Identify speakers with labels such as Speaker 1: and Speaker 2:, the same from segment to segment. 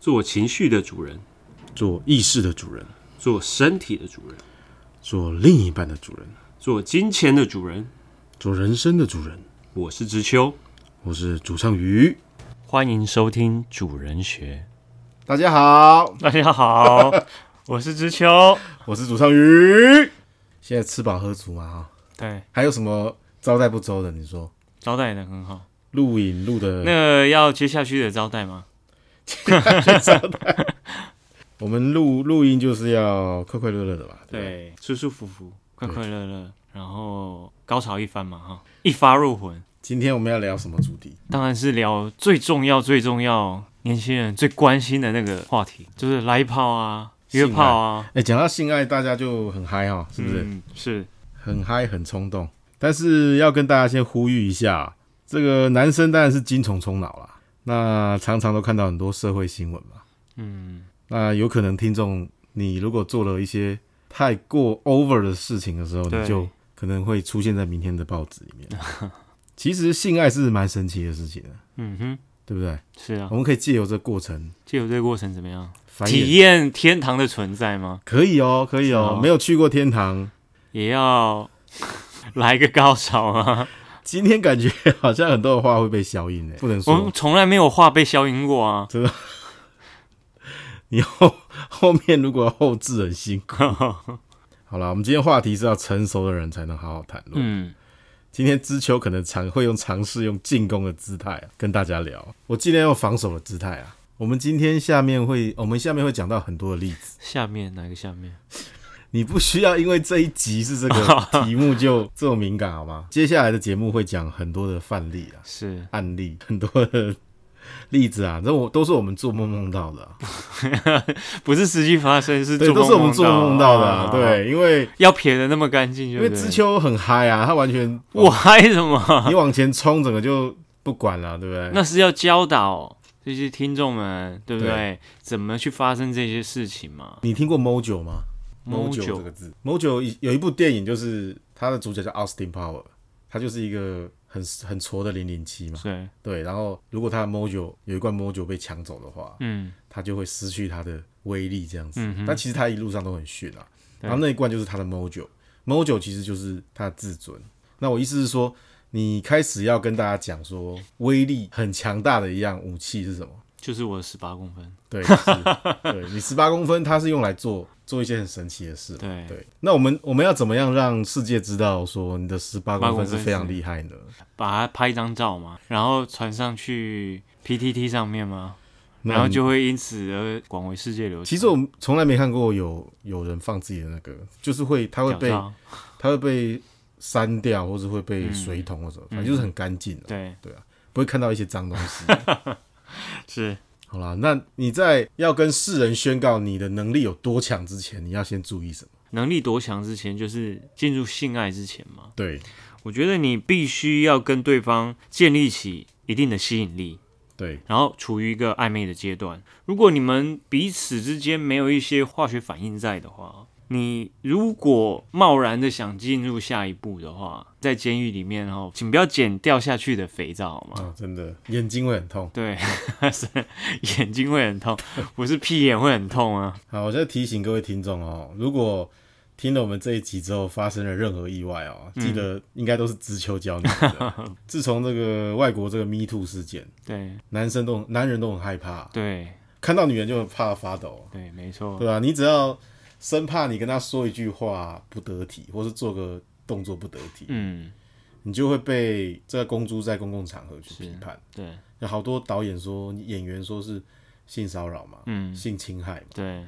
Speaker 1: 做情绪的主人，
Speaker 2: 做意识的主人，
Speaker 1: 做身体的主人，
Speaker 2: 做另一半的主人，
Speaker 1: 做金钱的主人。
Speaker 2: 做人生的主人。
Speaker 1: 我是知秋，
Speaker 2: 我是主唱鱼，
Speaker 3: 欢迎收听主人学。
Speaker 2: 大家好，
Speaker 3: 大家好，我是知秋。
Speaker 2: 我是主唱鱼。现在吃饱喝足嘛哈，
Speaker 3: 对，
Speaker 2: 还有什么招待不周的？你说
Speaker 3: 招待的很好。
Speaker 2: 录影录的，
Speaker 3: 那要接下去的招待吗？
Speaker 2: 我们录录音就是要快快乐乐的嘛。不，
Speaker 3: 对，舒舒服服，快快乐乐，然后高潮一番嘛哈，一发入魂。
Speaker 2: 今天我们要聊什么主题？
Speaker 3: 当然是聊最重要、最重要，年轻人最关心的那个话题，就是来炮啊、约炮啊，
Speaker 2: 哎、讲到性爱，大家就很嗨哈，是不是？
Speaker 3: 嗯、是
Speaker 2: 很嗨，很冲动。但是要跟大家先呼吁一下，这个男生当然是精虫充脑啦。那常常都看到很多社会新闻嘛，
Speaker 3: 嗯，
Speaker 2: 那有可能听众，你如果做了一些太过 over 的事情的时候，
Speaker 3: 对
Speaker 2: 你就可能会出现在明天的报纸里面。其实性爱是蛮神奇的事情的，
Speaker 3: 嗯哼，
Speaker 2: 对不对？
Speaker 3: 是 啊
Speaker 2: 我。们可以借由这过程
Speaker 3: 借由这个过程怎么样？
Speaker 2: 繁衍
Speaker 3: 体验天堂的存在吗？
Speaker 2: 可以哦，可以哦
Speaker 3: 是哦。
Speaker 2: 没有去过天堂，
Speaker 3: 也要 来个高潮啊！
Speaker 2: 今天感觉好像很多的话会被消音诶，欸不能
Speaker 3: 我们
Speaker 2: 说。
Speaker 3: 从来没有话被消音过啊！
Speaker 2: 你后后面如果要后置很辛 苦。好啦，我们今天话题是要成熟的人才能好好谈论。
Speaker 3: 嗯，
Speaker 2: 今天知秋可能尝会用尝试用进攻的姿态、啊、跟大家聊，我尽量用防守的姿态啊。我们今天下面会，我们下面会讲到很多的例子，
Speaker 3: 下面哪个下面？
Speaker 2: 你不需要因为这一集是这 个题目就这么敏感好吗？接下来的节目会讲很多的范例啊、
Speaker 3: 是
Speaker 2: 案例，很多的例子啊，这我都是我们做梦梦到的啊、
Speaker 3: 不是实际发生？是
Speaker 2: 对，
Speaker 3: 做
Speaker 2: 都
Speaker 3: 梦
Speaker 2: 是我们做梦梦到的、啊，
Speaker 3: 啊，
Speaker 2: 对，因为
Speaker 3: 要撇的那么干净，
Speaker 2: 因
Speaker 3: 因
Speaker 2: 为知秋很嗨啊，他完全
Speaker 3: 我嗨什么？
Speaker 2: 你往前冲，整个就不管了，对不对？
Speaker 3: 那是要教导这些听众们，对不对？
Speaker 2: 对
Speaker 3: 怎么去发生这些事情嘛？
Speaker 2: 你听过 Mojo 吗？Mojo 这
Speaker 3: 酒
Speaker 2: 个字，Mojo 有一部电影，就是它的主角叫 Austin Power，他就是一个很很挫的零零七嘛。
Speaker 3: 对，
Speaker 2: 对，然后如果他的 Mojo 有一罐 Mojo 被抢走的话，
Speaker 3: 嗯，
Speaker 2: 他就会失去他的威力这样子。
Speaker 3: 嗯哼
Speaker 2: 但其实他一路上都很逊啊。
Speaker 3: 对
Speaker 2: 然后那一罐就是他的 Mojo，Mojo 其实就是他的自尊。那我意思是说，你开始要跟大家讲说，威力很强大的一样武器是什么？
Speaker 3: 就是我的十八公分，
Speaker 2: 对，是 对你十八公分，它是用来做做一些很神奇的事嘛。
Speaker 3: 对，
Speaker 2: 对，那我们我们要怎么样让世界知道说你的十八公分
Speaker 3: 公分
Speaker 2: 是
Speaker 3: 是
Speaker 2: 非常厉害的？
Speaker 3: 把它拍一张照嘛，然后传上去 PTT 上面嘛，
Speaker 2: 那
Speaker 3: 然后就会因此而广为世界流传。
Speaker 2: 其实我们从来没看过有有人放自己的那个，就是会它会
Speaker 3: 屌
Speaker 2: 被
Speaker 3: 照
Speaker 2: 它会被删掉，或是会被水桶或者什么，反正就是很干净的，
Speaker 3: 对
Speaker 2: 不会看到一些脏东西。
Speaker 3: 是
Speaker 2: 好啦，那你在要跟世人宣告你的能力有多强之前，你要先注意什么？
Speaker 3: 能力多强之前，就是进入性爱之前嘛。
Speaker 2: 对
Speaker 3: 我觉得你必须要跟对方建立起一定的吸引力，
Speaker 2: 对，
Speaker 3: 然后处于一个暧昧的阶段。如果你们彼此之间没有一些化学反应在的话，你如果贸然的想进入下一步的话，在监狱里面哦，请不要捡掉下去的肥皂好吗？
Speaker 2: 啊，真的眼睛会很痛。
Speaker 3: 对， 是眼睛会很痛，不是屁眼会很痛啊。
Speaker 2: 好，我现在提醒各位听众哦，如果听了我们这一集之后发生了任何意外哦，记得应该都是知秋教你的。自从这个外国这个 Me Too 事件，
Speaker 3: 对
Speaker 2: 男生都男人都很害怕，
Speaker 3: 对
Speaker 2: 看到女人就很怕发抖，
Speaker 3: 对，没错
Speaker 2: 对。吧、啊你只要生怕你跟她说一句话不得体，或是做个动作不得体，
Speaker 3: 嗯，
Speaker 2: 你就会被这个公诸在公共场合去批判。
Speaker 3: 对
Speaker 2: 有好多导演说，演员说是性骚扰嘛，
Speaker 3: 嗯
Speaker 2: 性侵害嘛，
Speaker 3: 对，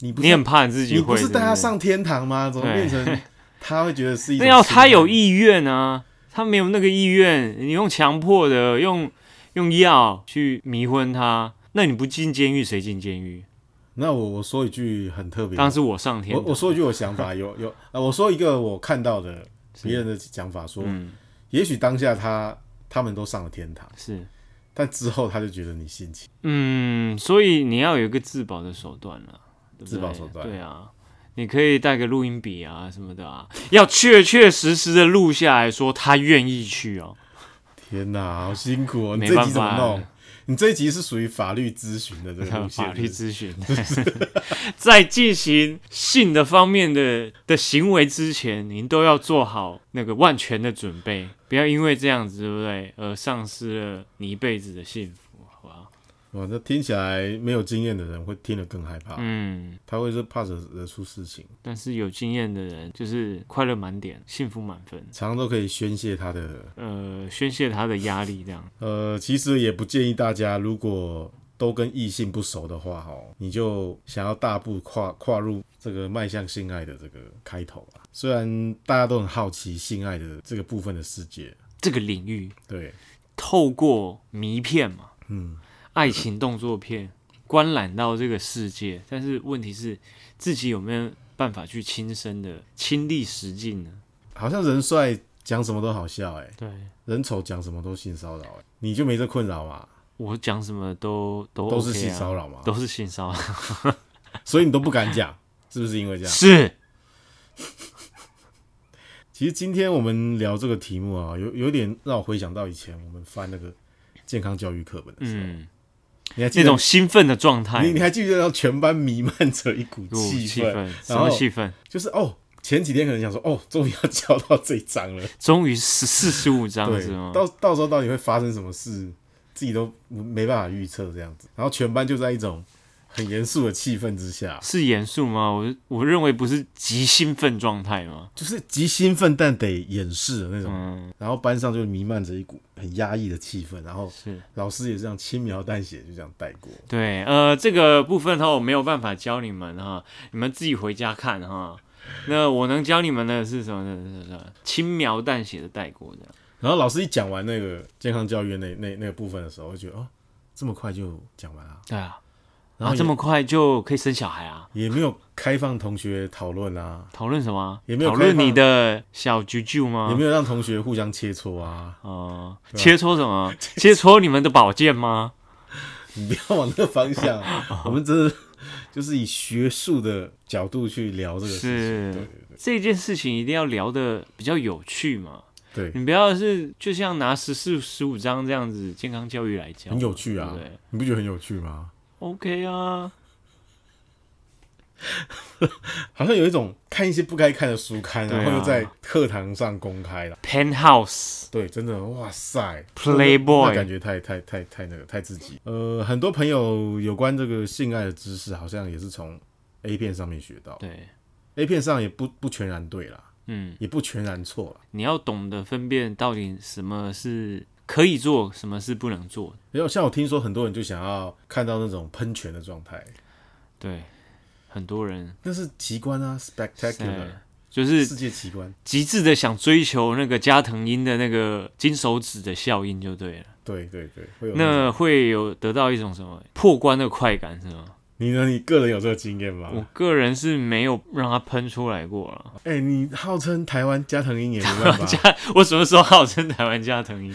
Speaker 2: 你不是
Speaker 3: 你很怕你自己
Speaker 2: 你
Speaker 3: 会，
Speaker 2: 不是带
Speaker 3: 对
Speaker 2: 他
Speaker 3: 对，
Speaker 2: 上天堂吗？怎么
Speaker 3: 对
Speaker 2: 变成他会觉得是一种？
Speaker 3: 那要他有，意愿啊，他没有那个意愿，你用强迫的，用用药去迷昏他，那你不进监狱谁进监狱？
Speaker 2: 那我我说一句很特别的，
Speaker 3: 当时我上天
Speaker 2: 我
Speaker 3: 堂，
Speaker 2: 我说一句我想法，有 有啊，我说一个我看到的别人的讲法说，
Speaker 3: 嗯
Speaker 2: 也许当下他他们都上了天堂，
Speaker 3: 是。
Speaker 2: 但之后他就觉得你性侵，
Speaker 3: 嗯，所以你要有一个自保的手段了、对不对
Speaker 2: 自保手段
Speaker 3: 对啊，你可以带个录音笔啊什么的啊，要确确实实的录下来说他愿意去哦。
Speaker 2: 天哪，好辛苦哦！你
Speaker 3: 没
Speaker 2: 这
Speaker 3: 办
Speaker 2: 集怎么
Speaker 3: 法
Speaker 2: 弄？你这一集是属于法律咨询的这个路线，
Speaker 3: 法律
Speaker 2: 是不是
Speaker 3: 咨询， 在进行性的方面的的行为之前，您都要做好那个万全的准备，不要因为这样子，对不对，而丧失了你一辈子的幸福，好不好？
Speaker 2: 哇，这听起来没有经验的人会听得更害怕，
Speaker 3: 嗯，
Speaker 2: 他会是怕惹惹出事情，
Speaker 3: 但是有经验的人就是快乐满点，幸福满分，
Speaker 2: 常常都可以宣泄他的。
Speaker 3: 呃，宣泄他的压力，这样，
Speaker 2: 呃，其实也不建议大家，如果都跟异性不熟的话，哦，你就想要大步跨跨入这个迈向性爱的这个开头啊。虽然大家都很好奇性爱的这个部分的世界，
Speaker 3: 这个领域
Speaker 2: 对，
Speaker 3: 透过迷片嘛，
Speaker 2: 嗯，
Speaker 3: 爱情动作片观览到这个世界，但是问题是自己有没有办法去亲身的亲历实境呢？
Speaker 2: 好像人帅讲什么都好笑、欸，哎，
Speaker 3: 对
Speaker 2: 人丑讲什么都性骚扰、欸，你就没这困扰嘛？
Speaker 3: 我讲什么都都、OK
Speaker 2: 都
Speaker 3: 啊、
Speaker 2: 是性骚扰嘛？
Speaker 3: 都是性骚扰，
Speaker 2: 所以你都不敢讲，是不是因为这样？
Speaker 3: 是
Speaker 2: 其实今天我们聊这个题目啊，有有点让我回想到以前我们翻那个健康教育课本的时候，
Speaker 3: 嗯，
Speaker 2: 你还记
Speaker 3: 那
Speaker 2: 得
Speaker 3: 种兴奋的状态，
Speaker 2: 你你还记得到全班弥漫着一股
Speaker 3: 哦
Speaker 2: 气
Speaker 3: 气
Speaker 2: 氛，
Speaker 3: 氛什
Speaker 2: 然后
Speaker 3: 么气氛？
Speaker 2: 就是哦，前几天可能想说哦，终于要教到这一章了，
Speaker 3: 终于十四十五章
Speaker 2: 对
Speaker 3: 是吗，？
Speaker 2: 到到时候到底会发生什么事，自己都没办法预测这样子，然后全班就在一种很严肃的气氛之下，
Speaker 3: 是严肃吗？我我认为不是极兴奋状态吗？
Speaker 2: 就是极兴奋但得掩饰的那种，
Speaker 3: 嗯，
Speaker 2: 然后班上就弥漫着一股很压抑的气氛，然后
Speaker 3: 是。
Speaker 2: 老师也这样轻描淡写就这样带过。
Speaker 3: 对，呃，这个部分哈，我没有办法教你们哈，你们自己回家看哈。那我能教你们的是什么呢？是什么？轻描淡写的带过这样。
Speaker 2: 然后老师一讲完那个健康教育那那那个部分的时候，我就觉得哦，这么快就讲完了，
Speaker 3: 对啊，
Speaker 2: 然后
Speaker 3: 啊，
Speaker 2: 也
Speaker 3: 这么快就可以生小孩啊？
Speaker 2: 也没有开放同学讨论啊，
Speaker 3: 讨论什么？
Speaker 2: 也没有
Speaker 3: 讨
Speaker 2: 开
Speaker 3: 论
Speaker 2: 放
Speaker 3: 你的小啾啾吗？
Speaker 2: 也没有让同学互相切磋啊，
Speaker 3: 哦、切磋什么？切磋你们的宝 剑吗？
Speaker 2: 你不要往那个方 向啊，我们真的就是以学术的角度去聊这个事
Speaker 3: 是
Speaker 2: 情，
Speaker 3: 这件事情一定要聊的比较有趣嘛。
Speaker 2: 对对，
Speaker 3: 你不要是就像拿十四、十五章这样子健康教育来教嘛，
Speaker 2: 很有趣啊
Speaker 3: 对不对，
Speaker 2: 你不觉得很有趣吗？
Speaker 3: ？OK 啊，
Speaker 2: 好像有一种看一些不该看的书刊，
Speaker 3: 对啊
Speaker 2: 然后又在课堂上公开了，
Speaker 3: penthouse
Speaker 2: 对，真的，哇塞
Speaker 3: Playboy
Speaker 2: 那感觉太太太太那个太刺激。呃，很多朋友有关这个性爱的知识，好像也是从 A 片上面学到
Speaker 3: 对，
Speaker 2: ，A 片上也不不全然对啦，
Speaker 3: 嗯，
Speaker 2: 也不全然错啦。
Speaker 3: 你要懂得分辨到底什么是可以做，什么是不能做。
Speaker 2: 然后像我听说很多人就想要看到那种喷泉的状态，
Speaker 3: 对，很多人
Speaker 2: 那是奇观啊，spectacular，
Speaker 3: 哎就
Speaker 2: 世
Speaker 3: 是
Speaker 2: 界奇观。
Speaker 3: 极致的想追求那个加藤鹰的那个金手指的效应就对了，
Speaker 2: 对对对，会有种
Speaker 3: 那会有得到一种什么破关的快感是吗？
Speaker 2: 你呢？你个人有这个经验吗？
Speaker 3: 我个人是没有让它喷出来过啊了。
Speaker 2: 哎、你号称台湾加藤鹰也没办 法，
Speaker 3: 我什么时候号称台湾加藤鹰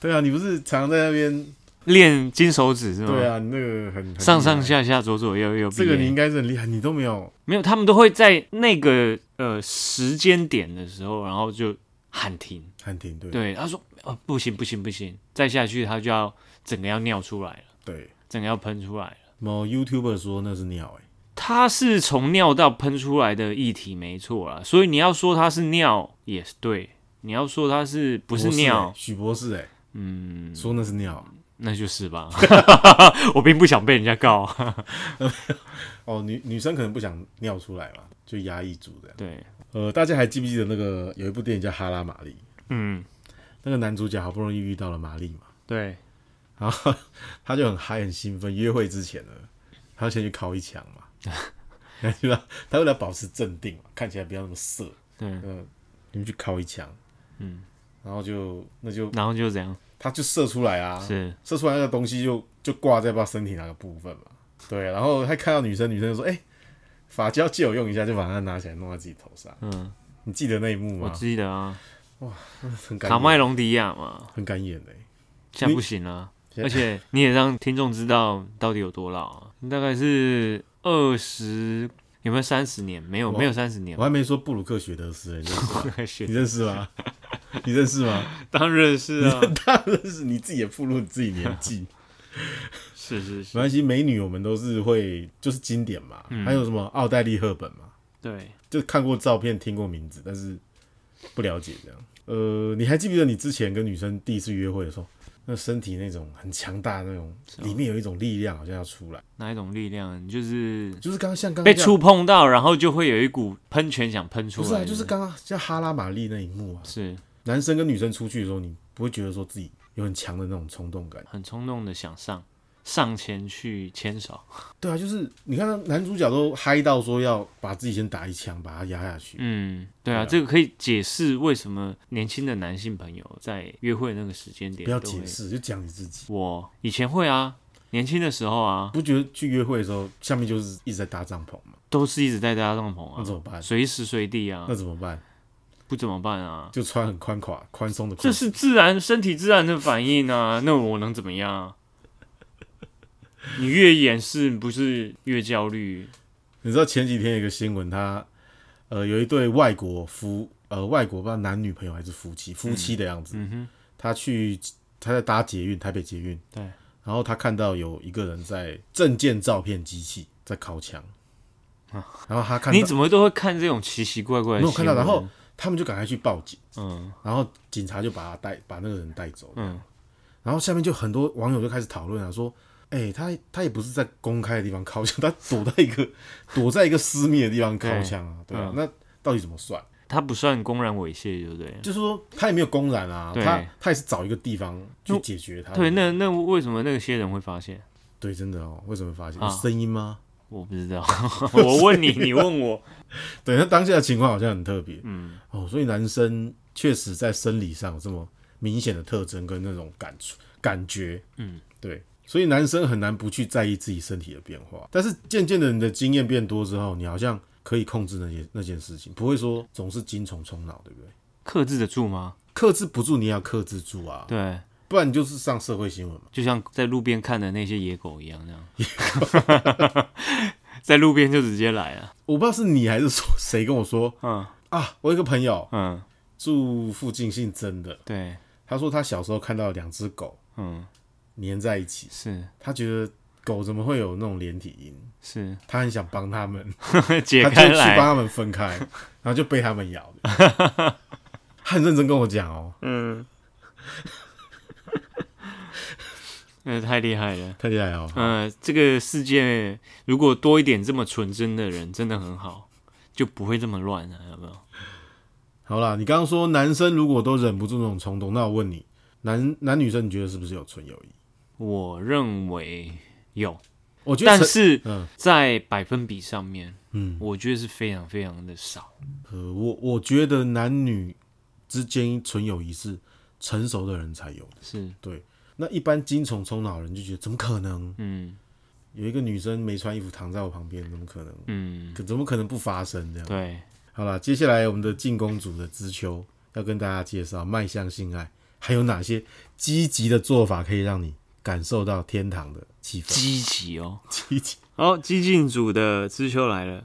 Speaker 2: 对啊，你不是常在那边？
Speaker 3: 练金手指是吗？
Speaker 2: 对，啊，你那个很很
Speaker 3: 嗯上
Speaker 2: 厉害
Speaker 3: 上下下左左右右，
Speaker 2: 这个
Speaker 3: 毕
Speaker 2: 你
Speaker 3: 业
Speaker 2: 应该是很厉害，你都没有
Speaker 3: 没有，他们都会在那个呃时间点的时候，然后就喊停。
Speaker 2: 喊停，对
Speaker 3: 对，他说呃不行不行不行，再下去他就要整个要尿出来了，
Speaker 2: 对。
Speaker 3: 整个要喷出来了。
Speaker 2: 某 YouTuber 说那是尿、欸，
Speaker 3: 它是从尿道喷出来的液体，没错啦。所以你要说它是尿也是对，你要说它是
Speaker 2: 博
Speaker 3: 不
Speaker 2: 士
Speaker 3: 是
Speaker 2: 欸
Speaker 3: 尿，
Speaker 2: 许博士、欸，
Speaker 3: 嗯，
Speaker 2: 说那是尿。
Speaker 3: 那就是吧。 我并不想被人家告。
Speaker 2: 哦，女女生可能不想尿出来嘛，就压抑住这样。
Speaker 3: 对，
Speaker 2: 呃，大家还记不记得那个有一部电影叫《哈拉玛丽》？
Speaker 3: 嗯，
Speaker 2: 那个男主角好不容易遇到了玛丽嘛，
Speaker 3: 对，
Speaker 2: 然后 他就很嗨很兴奋，约会之前呢，他要先去敲一枪嘛， 然后就让他为了保持镇定嘛，看起来不要那么色，
Speaker 3: 对，
Speaker 2: 嗯、你们去敲一枪，
Speaker 3: 嗯，
Speaker 2: 然后就那就
Speaker 3: 然后就这样，
Speaker 2: 他就射出来啊，
Speaker 3: 是
Speaker 2: 射出来那个东西就就挂在不知道身体哪个部分嘛。对，啊然后他看到女生，女生就说：“哎、发胶借我用一下。”就把它拿起来弄在自己头上。
Speaker 3: 嗯，
Speaker 2: 你记得那一幕
Speaker 3: 我
Speaker 2: 吗？
Speaker 3: 记得啊，
Speaker 2: 很
Speaker 3: 卡
Speaker 2: 感
Speaker 3: 麦
Speaker 2: 人，
Speaker 3: 隆迪亚嘛，
Speaker 2: 很感人的、欸
Speaker 3: 现在不行了，
Speaker 2: 现在
Speaker 3: 而且你也让听众知道到底有多老啊，大概是二十，有没有三十年？没有，
Speaker 2: 我
Speaker 3: 没有三十年
Speaker 2: 我。还没说布鲁克·雪德斯、欸，你认识吗你
Speaker 3: 学
Speaker 2: 认识吗？ 你认识吗？
Speaker 3: 当然是啊，
Speaker 2: 当然是你自己也暴露你自己年纪。
Speaker 3: 是是
Speaker 2: 没
Speaker 3: 是，
Speaker 2: 关系，美女我们都是会就是经典嘛，
Speaker 3: 嗯
Speaker 2: 还有什么奥黛丽赫本嘛，
Speaker 3: 对，
Speaker 2: 就看过照片，听过名字，但是不了解这样。呃，你还记不记得你之前跟女生第一次约会的时候，那身体那种很强大的那种，
Speaker 3: 啊
Speaker 2: 里面有一种力量好像要出来，
Speaker 3: 哪一种力量？你就是
Speaker 2: 就是刚刚像刚刚
Speaker 3: 被
Speaker 2: 这样
Speaker 3: 触碰到，然后就会有一股喷泉想喷出
Speaker 2: 不
Speaker 3: 来。
Speaker 2: 是啊，就是刚刚像哈拉玛丽那一幕啊，
Speaker 3: 是
Speaker 2: 男生跟女生出去的时候，你不会觉得说自己有很强的那种冲动感。
Speaker 3: 很冲动的想上上前去牵 手。
Speaker 2: 对啊，就是你看那男主角都嗨到说要把自己先打一枪，把他压下去。
Speaker 3: 嗯，对
Speaker 2: 对啊
Speaker 3: 啊，这个可以解释为什么年轻的男性朋友在约会那个时间点
Speaker 2: 不要
Speaker 3: 都会
Speaker 2: 解。释，就讲你自己。
Speaker 3: 我以前会啊，年轻的时候啊，
Speaker 2: 不觉得去约会的时候，下面就是一直在搭帐篷嘛？
Speaker 3: 都是一直在搭帐
Speaker 2: 那怎
Speaker 3: 篷
Speaker 2: 么
Speaker 3: 啊，
Speaker 2: 办？
Speaker 3: 随时随地啊
Speaker 2: 那，怎么办？
Speaker 3: 不怎么办啊？
Speaker 2: 就穿很宽垮、宽松的裤
Speaker 3: 这
Speaker 2: 子。
Speaker 3: 是自然身体自然的反应啊， 那我能怎么样啊？你越掩饰，不是越焦虑？
Speaker 2: 你知道前几天有一个新闻，他呃有一对外国夫呃外国不知道男女朋友还是夫妻夫妻的样子，
Speaker 3: 嗯哼，
Speaker 2: 他去他在搭捷运台北捷运，
Speaker 3: 对，
Speaker 2: 然后他看到有一个人在证件照片机器在靠墙，然后他看到
Speaker 3: 啊你怎么都会看这种奇奇怪怪的
Speaker 2: 没
Speaker 3: 新
Speaker 2: 有看
Speaker 3: 闻？
Speaker 2: 到，然后他们就赶快去报警，
Speaker 3: 嗯
Speaker 2: 然后警察就把他带把那个人带走，
Speaker 3: 嗯，
Speaker 2: 然后下面就很多网友就开始讨论啊，说，哎、他他也不是在公开的地方靠墙， 他躲在一个躲在一个私密的地方靠墙啊，对
Speaker 3: 嗯
Speaker 2: 啊，那到底怎么算？
Speaker 3: 他不算公然猥亵，对不对？
Speaker 2: 就是说他也没有公然啊，
Speaker 3: 对
Speaker 2: 他他也是找一个地方去解决他的。
Speaker 3: 对，那那为什么那些人会发现？
Speaker 2: 对，真的哦，为什么发现
Speaker 3: 啊
Speaker 2: 有声音吗？
Speaker 3: 我 不知道，我问你，你问我，
Speaker 2: 对，那当下的情况好像很特别，嗯，哦，所以男生确实在生理上有这么明显的特征跟那种感触感觉，
Speaker 3: 嗯，
Speaker 2: 对，所以男生很难不去在意自己身体的变化。但是渐渐的，你的经验变多之后，你好像可以控制那些那件事情，不会说总是精虫充脑，对不对？
Speaker 3: 克制得住吗？
Speaker 2: 克制不住，你也要克制住啊，
Speaker 3: 对，
Speaker 2: 不然你就是上社会新闻嘛。
Speaker 3: 就像在路边看的那些野狗一样，那样， 在路边就直接来啊，
Speaker 2: 我不知道是你还是说谁跟我说
Speaker 3: 嗯
Speaker 2: 啊，我有一个朋友
Speaker 3: 嗯，
Speaker 2: 住附近，姓曾的，
Speaker 3: 对，
Speaker 2: 他说他小时候看到两只狗
Speaker 3: 嗯，
Speaker 2: 粘在一起，
Speaker 3: 是
Speaker 2: 他觉得狗怎么会有那种连体婴？
Speaker 3: 是，
Speaker 2: 他很想帮他们，
Speaker 3: 解
Speaker 2: 他就
Speaker 3: 开
Speaker 2: 去帮
Speaker 3: 来，
Speaker 2: 他们分 开，然后就被他们咬的。 他很认真跟我讲哦，
Speaker 3: 嗯， 那太厉害了。
Speaker 2: 太厉害哦。
Speaker 3: 呃，这个世界如果多一点这么纯真的人，真的很好，就不会这么乱啊了、有没有？
Speaker 2: 好啦，你刚刚说男生如果都忍不住那种冲动，那我问你，男男女生你觉得是不是有纯友谊？
Speaker 3: 我认为有，
Speaker 2: 我觉得
Speaker 3: 但
Speaker 2: 成
Speaker 3: 是
Speaker 2: 嗯
Speaker 3: 在百分比上面，
Speaker 2: 嗯，
Speaker 3: 我觉得是非常非常的少。
Speaker 2: 呃，我我觉得男女之间纯友谊是成熟的人才有的。
Speaker 3: 是，
Speaker 2: 那一般精虫冲脑人就觉得怎么可能？
Speaker 3: 嗯
Speaker 2: 有一个女生没穿衣服躺在我旁边，怎么可能？
Speaker 3: 嗯，
Speaker 2: 可怎么可能不发生这样？
Speaker 3: 对，
Speaker 2: 好了，接下来我们的进攻组的知秋要跟大家介绍迈向性爱，还有哪些积极的做法可以让你感受到天堂的气氛。
Speaker 3: 积极哦。
Speaker 2: 积极
Speaker 3: 好，激进组的知秋来了。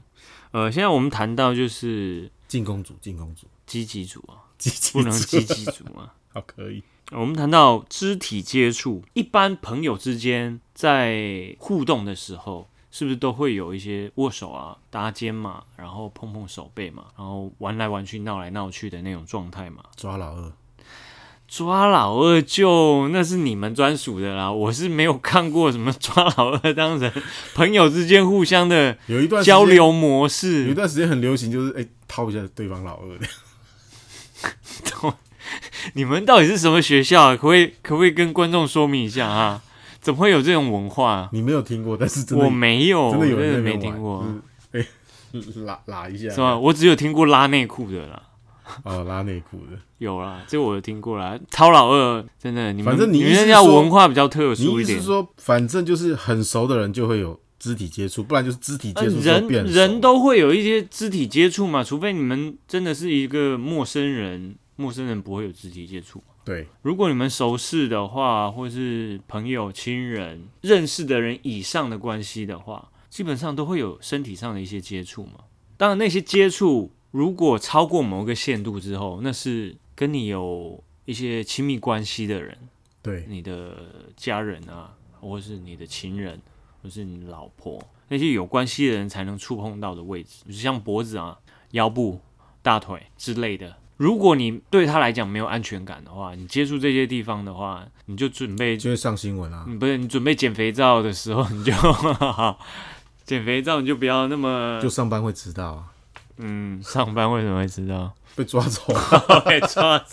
Speaker 3: 呃，现在我们谈到就是
Speaker 2: 进攻组，进攻组，
Speaker 3: 积极组啊，
Speaker 2: 积极
Speaker 3: 不能
Speaker 2: 组
Speaker 3: 积极组啊。
Speaker 2: 好可以。
Speaker 3: 我们谈到肢体接触，一般朋友之间在互动的时候，是不是都会有一些握手啊、搭肩嘛，然后碰碰手背嘛，然后玩来玩去、闹来闹去的那种状态嘛？
Speaker 2: 抓老二，
Speaker 3: 抓老二就那是你们专属的啦，我是没有看过什么抓老二当成朋友之间互相的
Speaker 2: 有一段时间
Speaker 3: 交，流模
Speaker 2: 有一
Speaker 3: 式，
Speaker 2: 段时间很流行，就是哎、掏一下对方老二的。
Speaker 3: 你们到底是什么学校、啊？可不可以可不可以跟观众说明一下啊？怎么会有这种文化啊、
Speaker 2: 你没有听过，但是真的
Speaker 3: 我没有，
Speaker 2: 真的有
Speaker 3: 我真
Speaker 2: 人在
Speaker 3: 的
Speaker 2: 那
Speaker 3: 没
Speaker 2: 边
Speaker 3: 听过。
Speaker 2: 玩，嗯就是哎、 拉拉一下，
Speaker 3: 是吧？我只有听过拉内裤的啦，
Speaker 2: 哦，拉内裤的。
Speaker 3: 有啦，这我有听过啦。超老二，真的，你们
Speaker 2: 反正你
Speaker 3: 你
Speaker 2: 意思
Speaker 3: 们
Speaker 2: 是
Speaker 3: 要
Speaker 2: 说
Speaker 3: 文化比较特
Speaker 2: 你
Speaker 3: 殊
Speaker 2: 意
Speaker 3: 一
Speaker 2: 思
Speaker 3: 点
Speaker 2: 是。说，反正就是很熟的人就会有肢体接触，不然就是肢体
Speaker 3: 呃
Speaker 2: 接触之后
Speaker 3: 人
Speaker 2: 变熟
Speaker 3: 人都会有一些肢体接触嘛，除非你们真的是一个陌生人，陌生人不会有肢体接触。
Speaker 2: 对，
Speaker 3: 如果你们熟识的话，或是朋友、亲人、认识的人以上的关系的话，基本上都会有身体上的一些接触嘛。当然，那些接触如果超过某个限度之后，那是跟你有一些亲密关系的人，
Speaker 2: 对
Speaker 3: 你的家人啊，或是你的情人，或是你老婆，那些有关系的人才能触碰到的位置，比如像脖子啊、腰部、大腿之类的。如果你对他来讲没有安全感的话，你接触这些地方的话，你就准备
Speaker 2: 就会上新闻啊。
Speaker 3: 你不是你准备减肥皂的时候，你 就减肥皂你就不要那么
Speaker 2: 就上班会知道 啊，
Speaker 3: 嗯，上班为什么会知道？
Speaker 2: 被抓 走啊。
Speaker 3: 被抓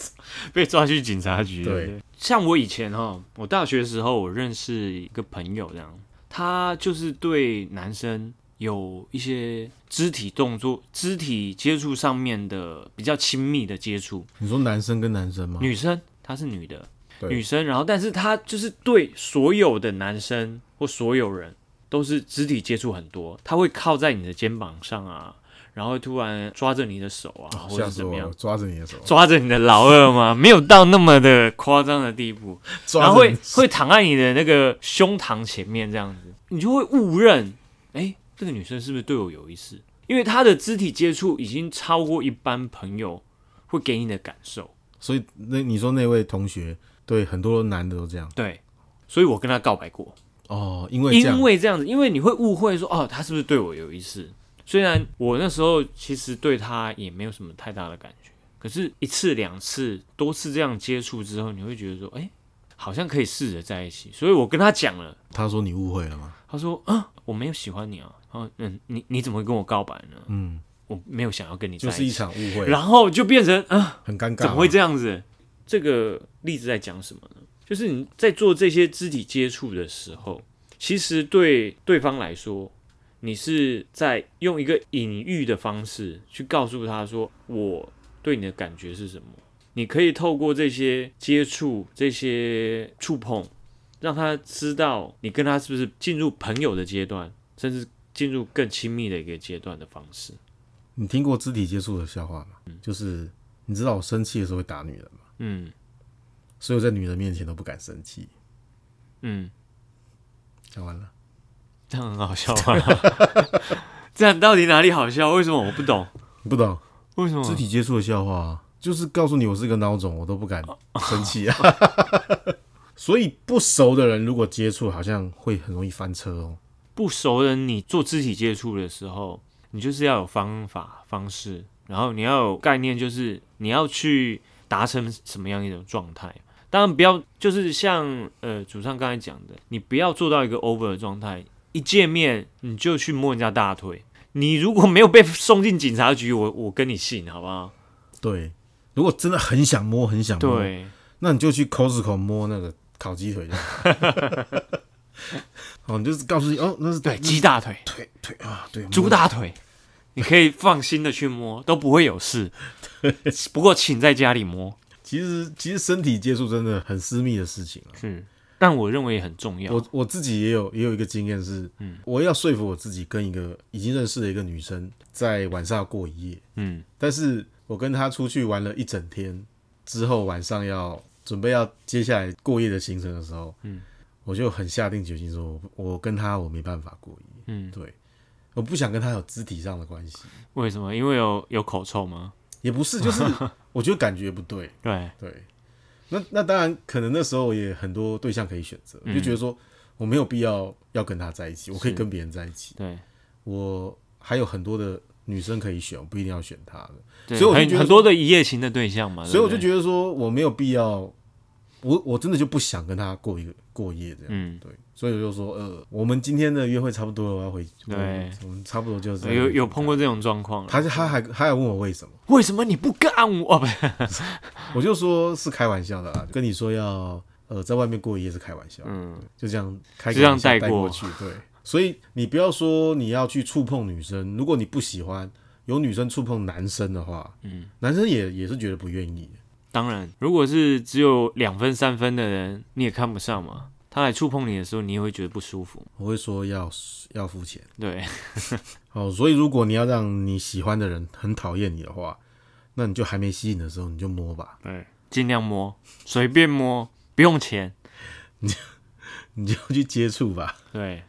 Speaker 3: 被抓去警察局了。
Speaker 2: 对
Speaker 3: 对，像我以前哈，我大学的时候，我认识一个朋友，这样，他就是对男生有一些肢体动作、肢体接触上面的比较亲密的接触，
Speaker 2: 你说男生跟男生吗？
Speaker 3: 女生她是女的，
Speaker 2: 对
Speaker 3: 女生，然后但是她就是对所有的男生或所有人都是肢体接触很多，她会靠在你的肩膀上啊，然后会突然抓着你的手啊，或者
Speaker 2: 哦吓
Speaker 3: 是
Speaker 2: 死
Speaker 3: 怎么
Speaker 2: 我
Speaker 3: 样
Speaker 2: 了，。抓着你的手，
Speaker 3: 抓着你的老二吗？没有到那么的夸张的地步，然
Speaker 2: 抓
Speaker 3: 后
Speaker 2: 着你
Speaker 3: 会
Speaker 2: 的手
Speaker 3: 会躺在你的那个胸膛前面这样子，你就会误认，哎、这个女生是不是对我有意思？因为她的肢体接触已经超过一般朋友会给你的感受，
Speaker 2: 所以那你说那位同学，对很多男的都这样
Speaker 3: 对，所以我跟她告白过，
Speaker 2: 哦，因为这样
Speaker 3: 因为这样子，因为你会误会说，哦，她是不是对我有意思？虽然我那时候其实对她也没有什么太大的感觉，可是一次两次多次这样接触之后，你会觉得说，哎、好像可以试着在一起。所以我跟她讲了，
Speaker 2: 他说你误会了吗？
Speaker 3: 她说，啊，我没有喜欢你啊，啊，嗯，你你怎么会跟我告白呢？
Speaker 2: 嗯，
Speaker 3: 我没有想要跟你
Speaker 2: 就
Speaker 3: 在一
Speaker 2: 是
Speaker 3: 起，
Speaker 2: 一场误会，
Speaker 3: 然后就变成啊，
Speaker 2: 很尴尬嘛。
Speaker 3: 怎么会这样子？这个例子在讲什么呢？就是你在做这些肢体接触的时候，其实对对方来说，你是在用一个隐喻的方式去告诉他说，我对你的感觉是什么。你可以透过这些接触、这些触碰，让他知道你跟他是不是进入朋友的阶段，甚至进入更亲密的一个阶段的方式。
Speaker 2: 你听过肢体接触的笑话吗？就是你知道我生气的时候会打女人吗？
Speaker 3: 嗯
Speaker 2: 所以我在女人面前都不敢生气。
Speaker 3: 嗯。
Speaker 2: 讲完了，
Speaker 3: 这样很好笑吗？ 这样到底哪里好笑？为什么我不懂？
Speaker 2: 你不懂
Speaker 3: 为什么？
Speaker 2: 肢体接触的笑话啊，就是告诉你我是个孬种，我都不敢
Speaker 3: 哦
Speaker 2: 生气啊。 所以不熟的人如果接触，好像会很容易翻车哦。
Speaker 3: 不熟人，你做肢体接触的时候，你就是要有方法方式，然后你要有概念，就是你要去达成什么样一种状态。当然不要，就是像呃主唱刚才讲的，你不要做到一个 over 的状态，一见面你就去摸人家大腿。你如果没有被送进警察局，我我跟你信，好不好？
Speaker 2: 对，如果真的很想摸，很想摸，
Speaker 3: 对，
Speaker 2: 那你就去 Costco 摸那个烤鸡腿这样。 哦，你就是告诉你哦，那是
Speaker 3: 对，鸡大腿。
Speaker 2: 腿腿啊，对，
Speaker 3: 猪大腿，嗯你可以放心的去摸，都不会有 事。不过请在家里摸，
Speaker 2: 其实其实身体接触真的很私密的事情啊。
Speaker 3: 是，但我认为也很重要。
Speaker 2: 我我自己也有也有一个经验是，
Speaker 3: 嗯
Speaker 2: 我要说服我自己跟一个已经认识的一个女生在晚上要过一夜，
Speaker 3: 嗯，
Speaker 2: 但是我跟她出去玩了一整天之后，晚上要准备要接下来过夜的行程的时候，嗯，我就很下定决心说，我我跟她我没办法过夜，
Speaker 3: 嗯
Speaker 2: 对，我不想跟她有肢体上的关系，
Speaker 3: 为什么？因为有有口臭吗？
Speaker 2: 也不是，就是 我觉得感觉不对，
Speaker 3: 对，
Speaker 2: 对，那那当然，可能那时候也很多对象可以选择，就
Speaker 3: 嗯
Speaker 2: 觉得说我没有必要要跟他在一起，我可以跟别人在一起，
Speaker 3: 对，
Speaker 2: 我还有很多的女生可以选，我不一定要选他的，
Speaker 3: 对
Speaker 2: 所以我就觉得
Speaker 3: 很很多的一夜情的啊对象嘛，
Speaker 2: 所以我就
Speaker 3: 得，
Speaker 2: 觉得说我没有必要，我我真的就不想跟他过一个过夜这样。
Speaker 3: 嗯，
Speaker 2: 对，所以我就说，呃，我们今天的约会差不多了，我要回。
Speaker 3: 对
Speaker 2: 我们我们差不多就是这样
Speaker 3: 有有碰。过这种状况了。
Speaker 2: 他他还他还问我为什么，
Speaker 3: 为什么你不干我？哦不，
Speaker 2: 我就说是开玩笑的啦，跟你说要呃在外面过夜是开玩笑。
Speaker 3: 嗯，
Speaker 2: 就这样开个
Speaker 3: 就这样
Speaker 2: 玩笑
Speaker 3: 带
Speaker 2: 带
Speaker 3: 过
Speaker 2: 去。对，所以你不要说你要去触碰女生，如果你不喜欢有女生触碰男生的话，嗯，男生也也是觉得不愿意。
Speaker 3: 当然，如果是只有两分三分的人，你也看不上嘛。他来触碰你的时候，你也会觉得不舒服。
Speaker 2: 我会说要要付钱。
Speaker 3: 对，
Speaker 2: 哦，所以如果你要让你喜欢的人很讨厌你的话，那你就还没吸引的时候你就摸吧，
Speaker 3: 对，尽量摸，随便摸，不用钱。
Speaker 2: 你就去接触吧，
Speaker 3: 对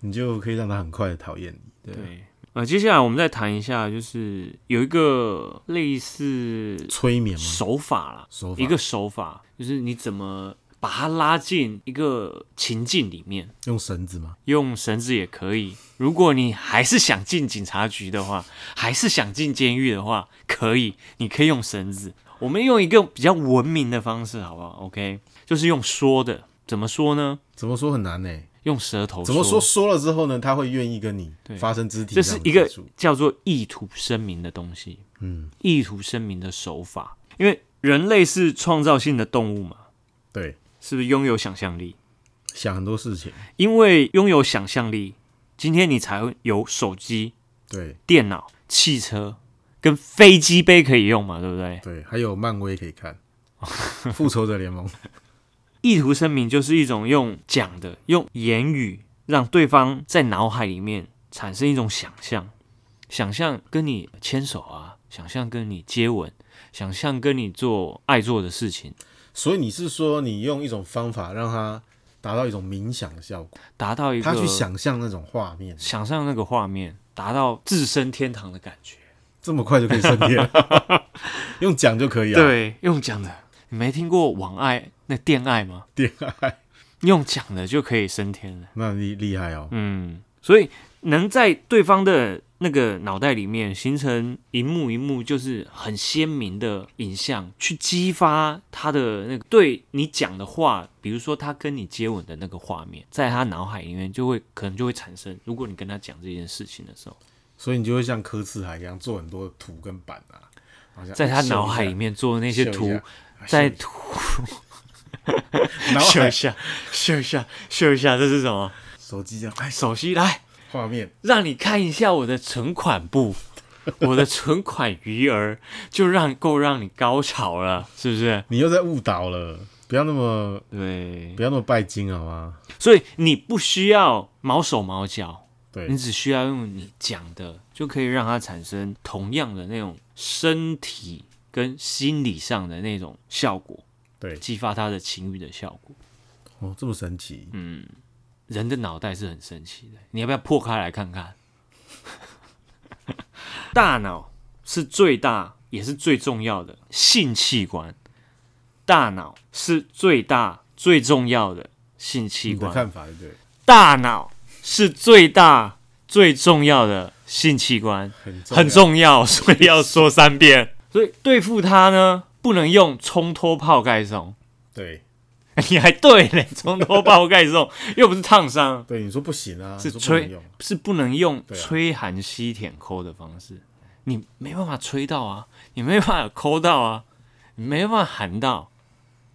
Speaker 2: 你就可以让他很快的讨厌你。对，
Speaker 3: 对，呃，接下来我们再谈一下，就是有一个类似
Speaker 2: 催眠嘛，
Speaker 3: 手法啦，
Speaker 2: 手法
Speaker 3: 一个手法，就是你怎么把他拉进一个情境里面，
Speaker 2: 用绳子吗？
Speaker 3: 用绳子也可以。如果你还是想进警察局的话，还是想进监狱的话，可以，你可以用绳子。我们用一个比较文明的方式，好不好？OK，就是用说的。怎么说呢？
Speaker 2: 怎么说很难呢、
Speaker 3: 用舌头
Speaker 2: 怎么说说了之后呢，他会愿意跟你
Speaker 3: 对
Speaker 2: 发生肢体
Speaker 3: 这
Speaker 2: 上
Speaker 3: 是
Speaker 2: 的
Speaker 3: 一个
Speaker 2: 接触
Speaker 3: 叫做意图声明的东西。嗯，意图声明的手法，因为人类是创造性的动物嘛，
Speaker 2: 对，
Speaker 3: 是不是拥有想象力？
Speaker 2: 想很多事情，
Speaker 3: 因为拥有想象力，今天你才会有手机、
Speaker 2: 对
Speaker 3: 电脑、汽车跟飞机杯可以用嘛，对不对？
Speaker 2: 对，还有漫威可以看，
Speaker 3: 哦
Speaker 2: 复仇者联盟，
Speaker 3: 意图声明就是一种用讲的、用言语让对方在脑海里面产生一种想象，想象跟你牵手啊，想象跟你接吻，想象跟你做爱做的事情，
Speaker 2: 所以你是说你用一种方法让他达到一种冥想的效果，
Speaker 3: 达到一个
Speaker 2: 他去想象那种画面，
Speaker 3: 想象那个画面，达到置身天堂的感觉。
Speaker 2: 这么快就可以升天， 用讲就可以啊，
Speaker 3: 对，用讲的，你没听过网爱那电爱吗？
Speaker 2: 恋爱，
Speaker 3: 用讲的就可以升天了。
Speaker 2: 那厉厉害哦，
Speaker 3: 嗯，所以能在对方的那个脑袋里面形成一幕一幕，就是很鲜明的影像，去激发他的那个对你讲的话，比如说他跟你接吻的那个画面，在他脑海里面就会可能就会产生。如果你跟他讲这件事情的时候，
Speaker 2: 所以你就会像柯次海一样做很多图跟板啊，好像
Speaker 3: 在他
Speaker 2: 秀一下
Speaker 3: 脑海里面做的那些
Speaker 2: 秀一
Speaker 3: 图
Speaker 2: 下，
Speaker 3: 在
Speaker 2: 秀
Speaker 3: 图
Speaker 2: 一下脑
Speaker 3: 秀一
Speaker 2: 海
Speaker 3: 下，秀一下，秀一下，这是什么？
Speaker 2: 手机这样，哎，
Speaker 3: 首席来。
Speaker 2: 画面
Speaker 3: 让你看一下我的存款簿，我的存款余额就让够让你高潮了，是不是？
Speaker 2: 你又在误导了，不要那么
Speaker 3: 对，
Speaker 2: 不要那么拜金好吗？
Speaker 3: 所以你不需要毛手毛脚，
Speaker 2: 对
Speaker 3: 你，只需要用你讲的，就可以让它产生同样的那种身体跟心理上的那种效果，
Speaker 2: 对，
Speaker 3: 激发他的情欲的效果。
Speaker 2: 哦，这么神奇，
Speaker 3: 嗯人的脑袋是很神奇的，你要不要破开来看看？ 大脑是最大也是最重要的性器官，大脑是最大最重要的性器
Speaker 2: 你的
Speaker 3: 官，
Speaker 2: 看法对不对，
Speaker 3: 大脑是最大最重要的性器官，
Speaker 2: 很重要
Speaker 3: 很重要，所以要说三遍。 所以对付它呢，不能用冲脱泡盖送，
Speaker 2: 对
Speaker 3: 你还对嘞，冲脱泡盖送又不是烫伤。
Speaker 2: 对，你说不行啊，
Speaker 3: 是
Speaker 2: 你说不能
Speaker 3: 吹
Speaker 2: 用
Speaker 3: 是不能用
Speaker 2: 对啊
Speaker 3: 吹寒吸舔抠的方式，你没办法吹到啊，你没办法抠到啊，你没办法含到，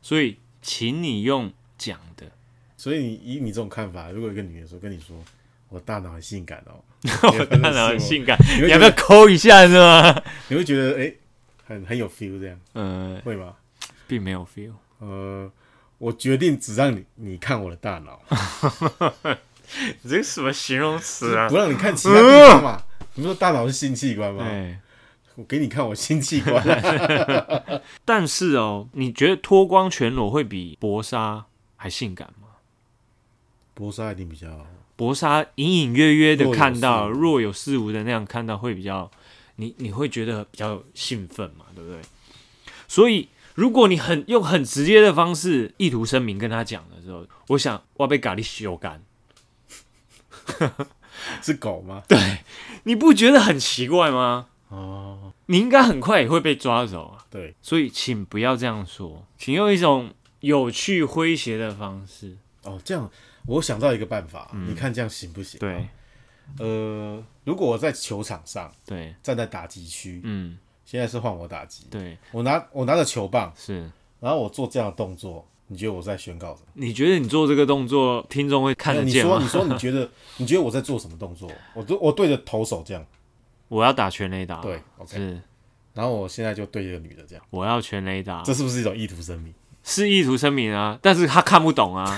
Speaker 3: 所以请你用讲的。
Speaker 2: 所以你以你这种看法，如果有一个女人说跟你说我大脑很性感哦，
Speaker 3: 我当然很性感，
Speaker 2: 你会
Speaker 3: 你
Speaker 2: 觉
Speaker 3: 要
Speaker 2: 得
Speaker 3: 不要抠一下是吗？
Speaker 2: 你会觉得哎、很很有 feel 这样，
Speaker 3: 呃，
Speaker 2: 会吗？
Speaker 3: 并没有 feel，
Speaker 2: 呃，我决定只让你你看我的大脑，
Speaker 3: 你这个什么形容词啊
Speaker 2: 不？让你看其他地方嘛。你不是说大脑是性器官吗？
Speaker 3: 对，
Speaker 2: 我给你看我性器官 啊、
Speaker 3: 但是哦，你觉得脱光全裸会比薄纱还性感吗？
Speaker 2: 薄纱一定比较
Speaker 3: 薄纱隐隐约约的看到，
Speaker 2: 若有似无
Speaker 3: 若有似无的那样看到，会比较你你会觉得比较兴奋嘛，对不对？所以如果你很用很直接的方式意图声明跟他讲的时候，我想我被咖喱修干，
Speaker 2: 是狗吗？
Speaker 3: 你不觉得很奇怪吗？
Speaker 2: 哦，
Speaker 3: 你应该很快也会被抓走啊，
Speaker 2: 对，
Speaker 3: 所以请不要这样说，请用一种有趣诙谐的方式。
Speaker 2: 哦，这样我想到一个办法，你看这样行不行？啊
Speaker 3: 嗯对
Speaker 2: 呃，如果我在球场上
Speaker 3: 对，
Speaker 2: 站在打击区，
Speaker 3: 嗯，
Speaker 2: 现在是换我打击，
Speaker 3: 对，
Speaker 2: 我拿我拿着球棒，
Speaker 3: 是。
Speaker 2: 然后我做这样的动作，你觉得我在宣告什么？
Speaker 3: 你觉得你做这个动作，听众会看
Speaker 2: 没有
Speaker 3: 得
Speaker 2: 你
Speaker 3: 见
Speaker 2: 说，
Speaker 3: 吗
Speaker 2: 哎你？说，你觉得， 你觉得我在做什么动作？我对，我对着投手这样，
Speaker 3: 我要打全垒打，
Speaker 2: 对，OK。
Speaker 3: 是
Speaker 2: 然后我现在就对着女的这样，
Speaker 3: 我要全雷达，
Speaker 2: 这是不是一种意图声明？
Speaker 3: 是意图声明啊，但是他看不 懂啊。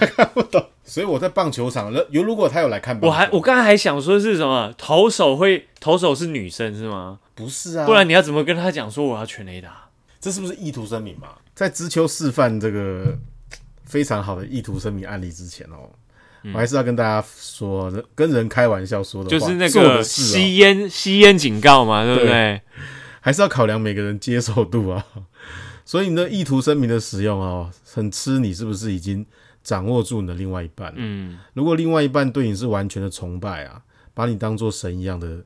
Speaker 2: 所以我在棒球场，如如果他有来看棒球，
Speaker 3: 我还我刚才还想说是什么，投手会投手是女生是吗？
Speaker 2: 不是啊，
Speaker 3: 不然你要怎么跟他讲说我要全雷达？
Speaker 2: 这是不是意图声明嘛？在知秋示范这个非常好的意图声明案例之前哦，我还是要跟大家说，人跟人开玩笑说的话，
Speaker 3: 嗯就是那
Speaker 2: 做
Speaker 3: 个
Speaker 2: 的事、哦，
Speaker 3: 吸烟吸烟警告嘛，对不对？
Speaker 2: 还是要考量每个人接受度啊。 所以你的意图声明的使用哦，很吃你是不是已经掌握住你的另外一半了？
Speaker 3: 嗯，
Speaker 2: 如果另外一半对你是完全的崇拜啊，把你当做神一样的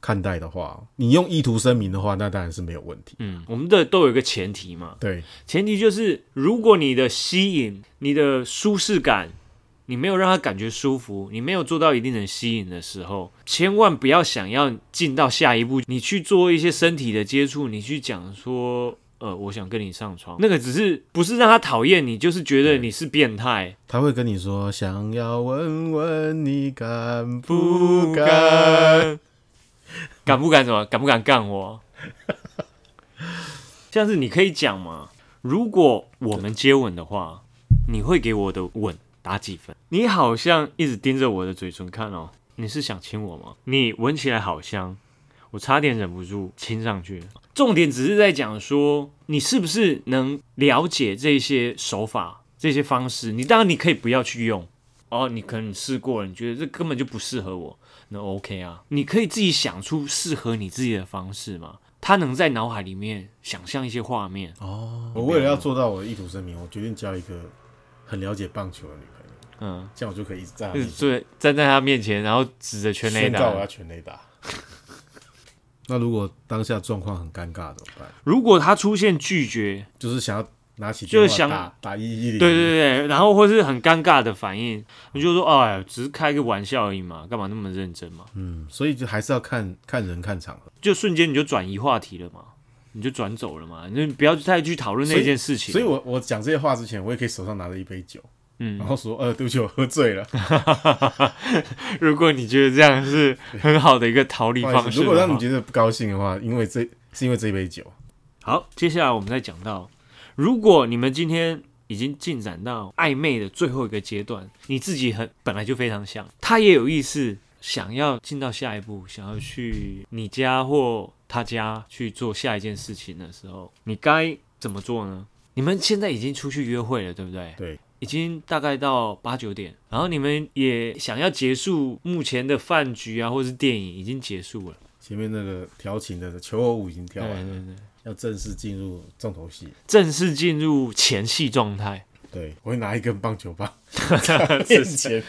Speaker 2: 看待的话，你用意图声明的话，那当然是没有问题。
Speaker 3: 嗯，我们的都有一个前提嘛，
Speaker 2: 对，
Speaker 3: 前提就是如果你的吸引、你的舒适感，你没有让他感觉舒服，你没有做到一定的吸引的时候，千万不要想要进到下一步，你去做一些身体的接触，你去讲说。呃，我想跟你上床，那个只是不是让他讨厌你，就是觉得你是变态，
Speaker 2: 他会跟你说想要问问你敢
Speaker 3: 不
Speaker 2: 不敢，
Speaker 3: 敢，敢不敢什么？敢不敢干我？像是你可以讲嘛，如果我们接吻的话，你会给我的吻打几分？你好像一直盯着我的嘴唇看哦，你是想亲我吗？你闻起来好香，我差点忍不住亲上去了。重点只是在讲说，你是不是能了解这些手法、这些方式？你当然你可以不要去用哦，你可能试过了，你觉得这根本就不适合我，那 OK 啊，你可以自己想出适合你自己的方式嘛。他能在脑海里面想象一些画面，
Speaker 2: 哦我为了要做到我的意图声明，我决定交一个很了解棒球的女朋友，
Speaker 3: 嗯，
Speaker 2: 这样我就可以一直在她
Speaker 3: 就是
Speaker 2: 面前
Speaker 3: 坐站在他面前，然后指着全垒
Speaker 2: 宣告我要
Speaker 3: 打。
Speaker 2: 全垒打。 那如果当下状况很尴尬怎么办？
Speaker 3: 如果他出现拒绝，
Speaker 2: 就是想要拿起
Speaker 3: 就是
Speaker 2: 电话
Speaker 3: 想
Speaker 2: 打打一一零，
Speaker 3: 对对对，然后或是很尴尬的反应，你就说：“哎，只是开个玩笑而已嘛，干嘛那么认真嘛
Speaker 2: 嗯，所以就还是要看看人看场合。？”
Speaker 3: 就瞬间你就转移话题了嘛，你就转走了嘛，你就不要再去讨论
Speaker 2: 所
Speaker 3: 那
Speaker 2: 以
Speaker 3: 件事情。
Speaker 2: 所以我我讲这些话之前，我也可以手上拿着一杯酒，
Speaker 3: 嗯
Speaker 2: 然后说呃，对不起，我喝醉 了。
Speaker 3: 如果你觉得这样是很好的一个逃离
Speaker 2: 不好
Speaker 3: 方
Speaker 2: 意思
Speaker 3: 式的
Speaker 2: 如
Speaker 3: 话，
Speaker 2: 果让你觉得不高兴的话，因为这是因为这一杯酒，
Speaker 3: 好，接下来我们再讲到，如果你们今天已经进展到暧昧的最后一个阶段，你自己很本来就非常想，他也有意思，想要进到下一步，想要去你家或他家去做下一件事情的时候，你该怎么做呢？你们现在已经出去约会了，对不对？
Speaker 2: 对，
Speaker 3: 已经大概到八九点，然后你们也想要结束目前的饭局啊，或是电影已经结束了。
Speaker 2: 前面那个调情的求偶舞已经跳
Speaker 3: 对
Speaker 2: 完了，
Speaker 3: 对对，
Speaker 2: 要正式进入重头戏。
Speaker 3: 正式进入前戏状态。
Speaker 2: 对，我会拿一根棒球 棒在他面前，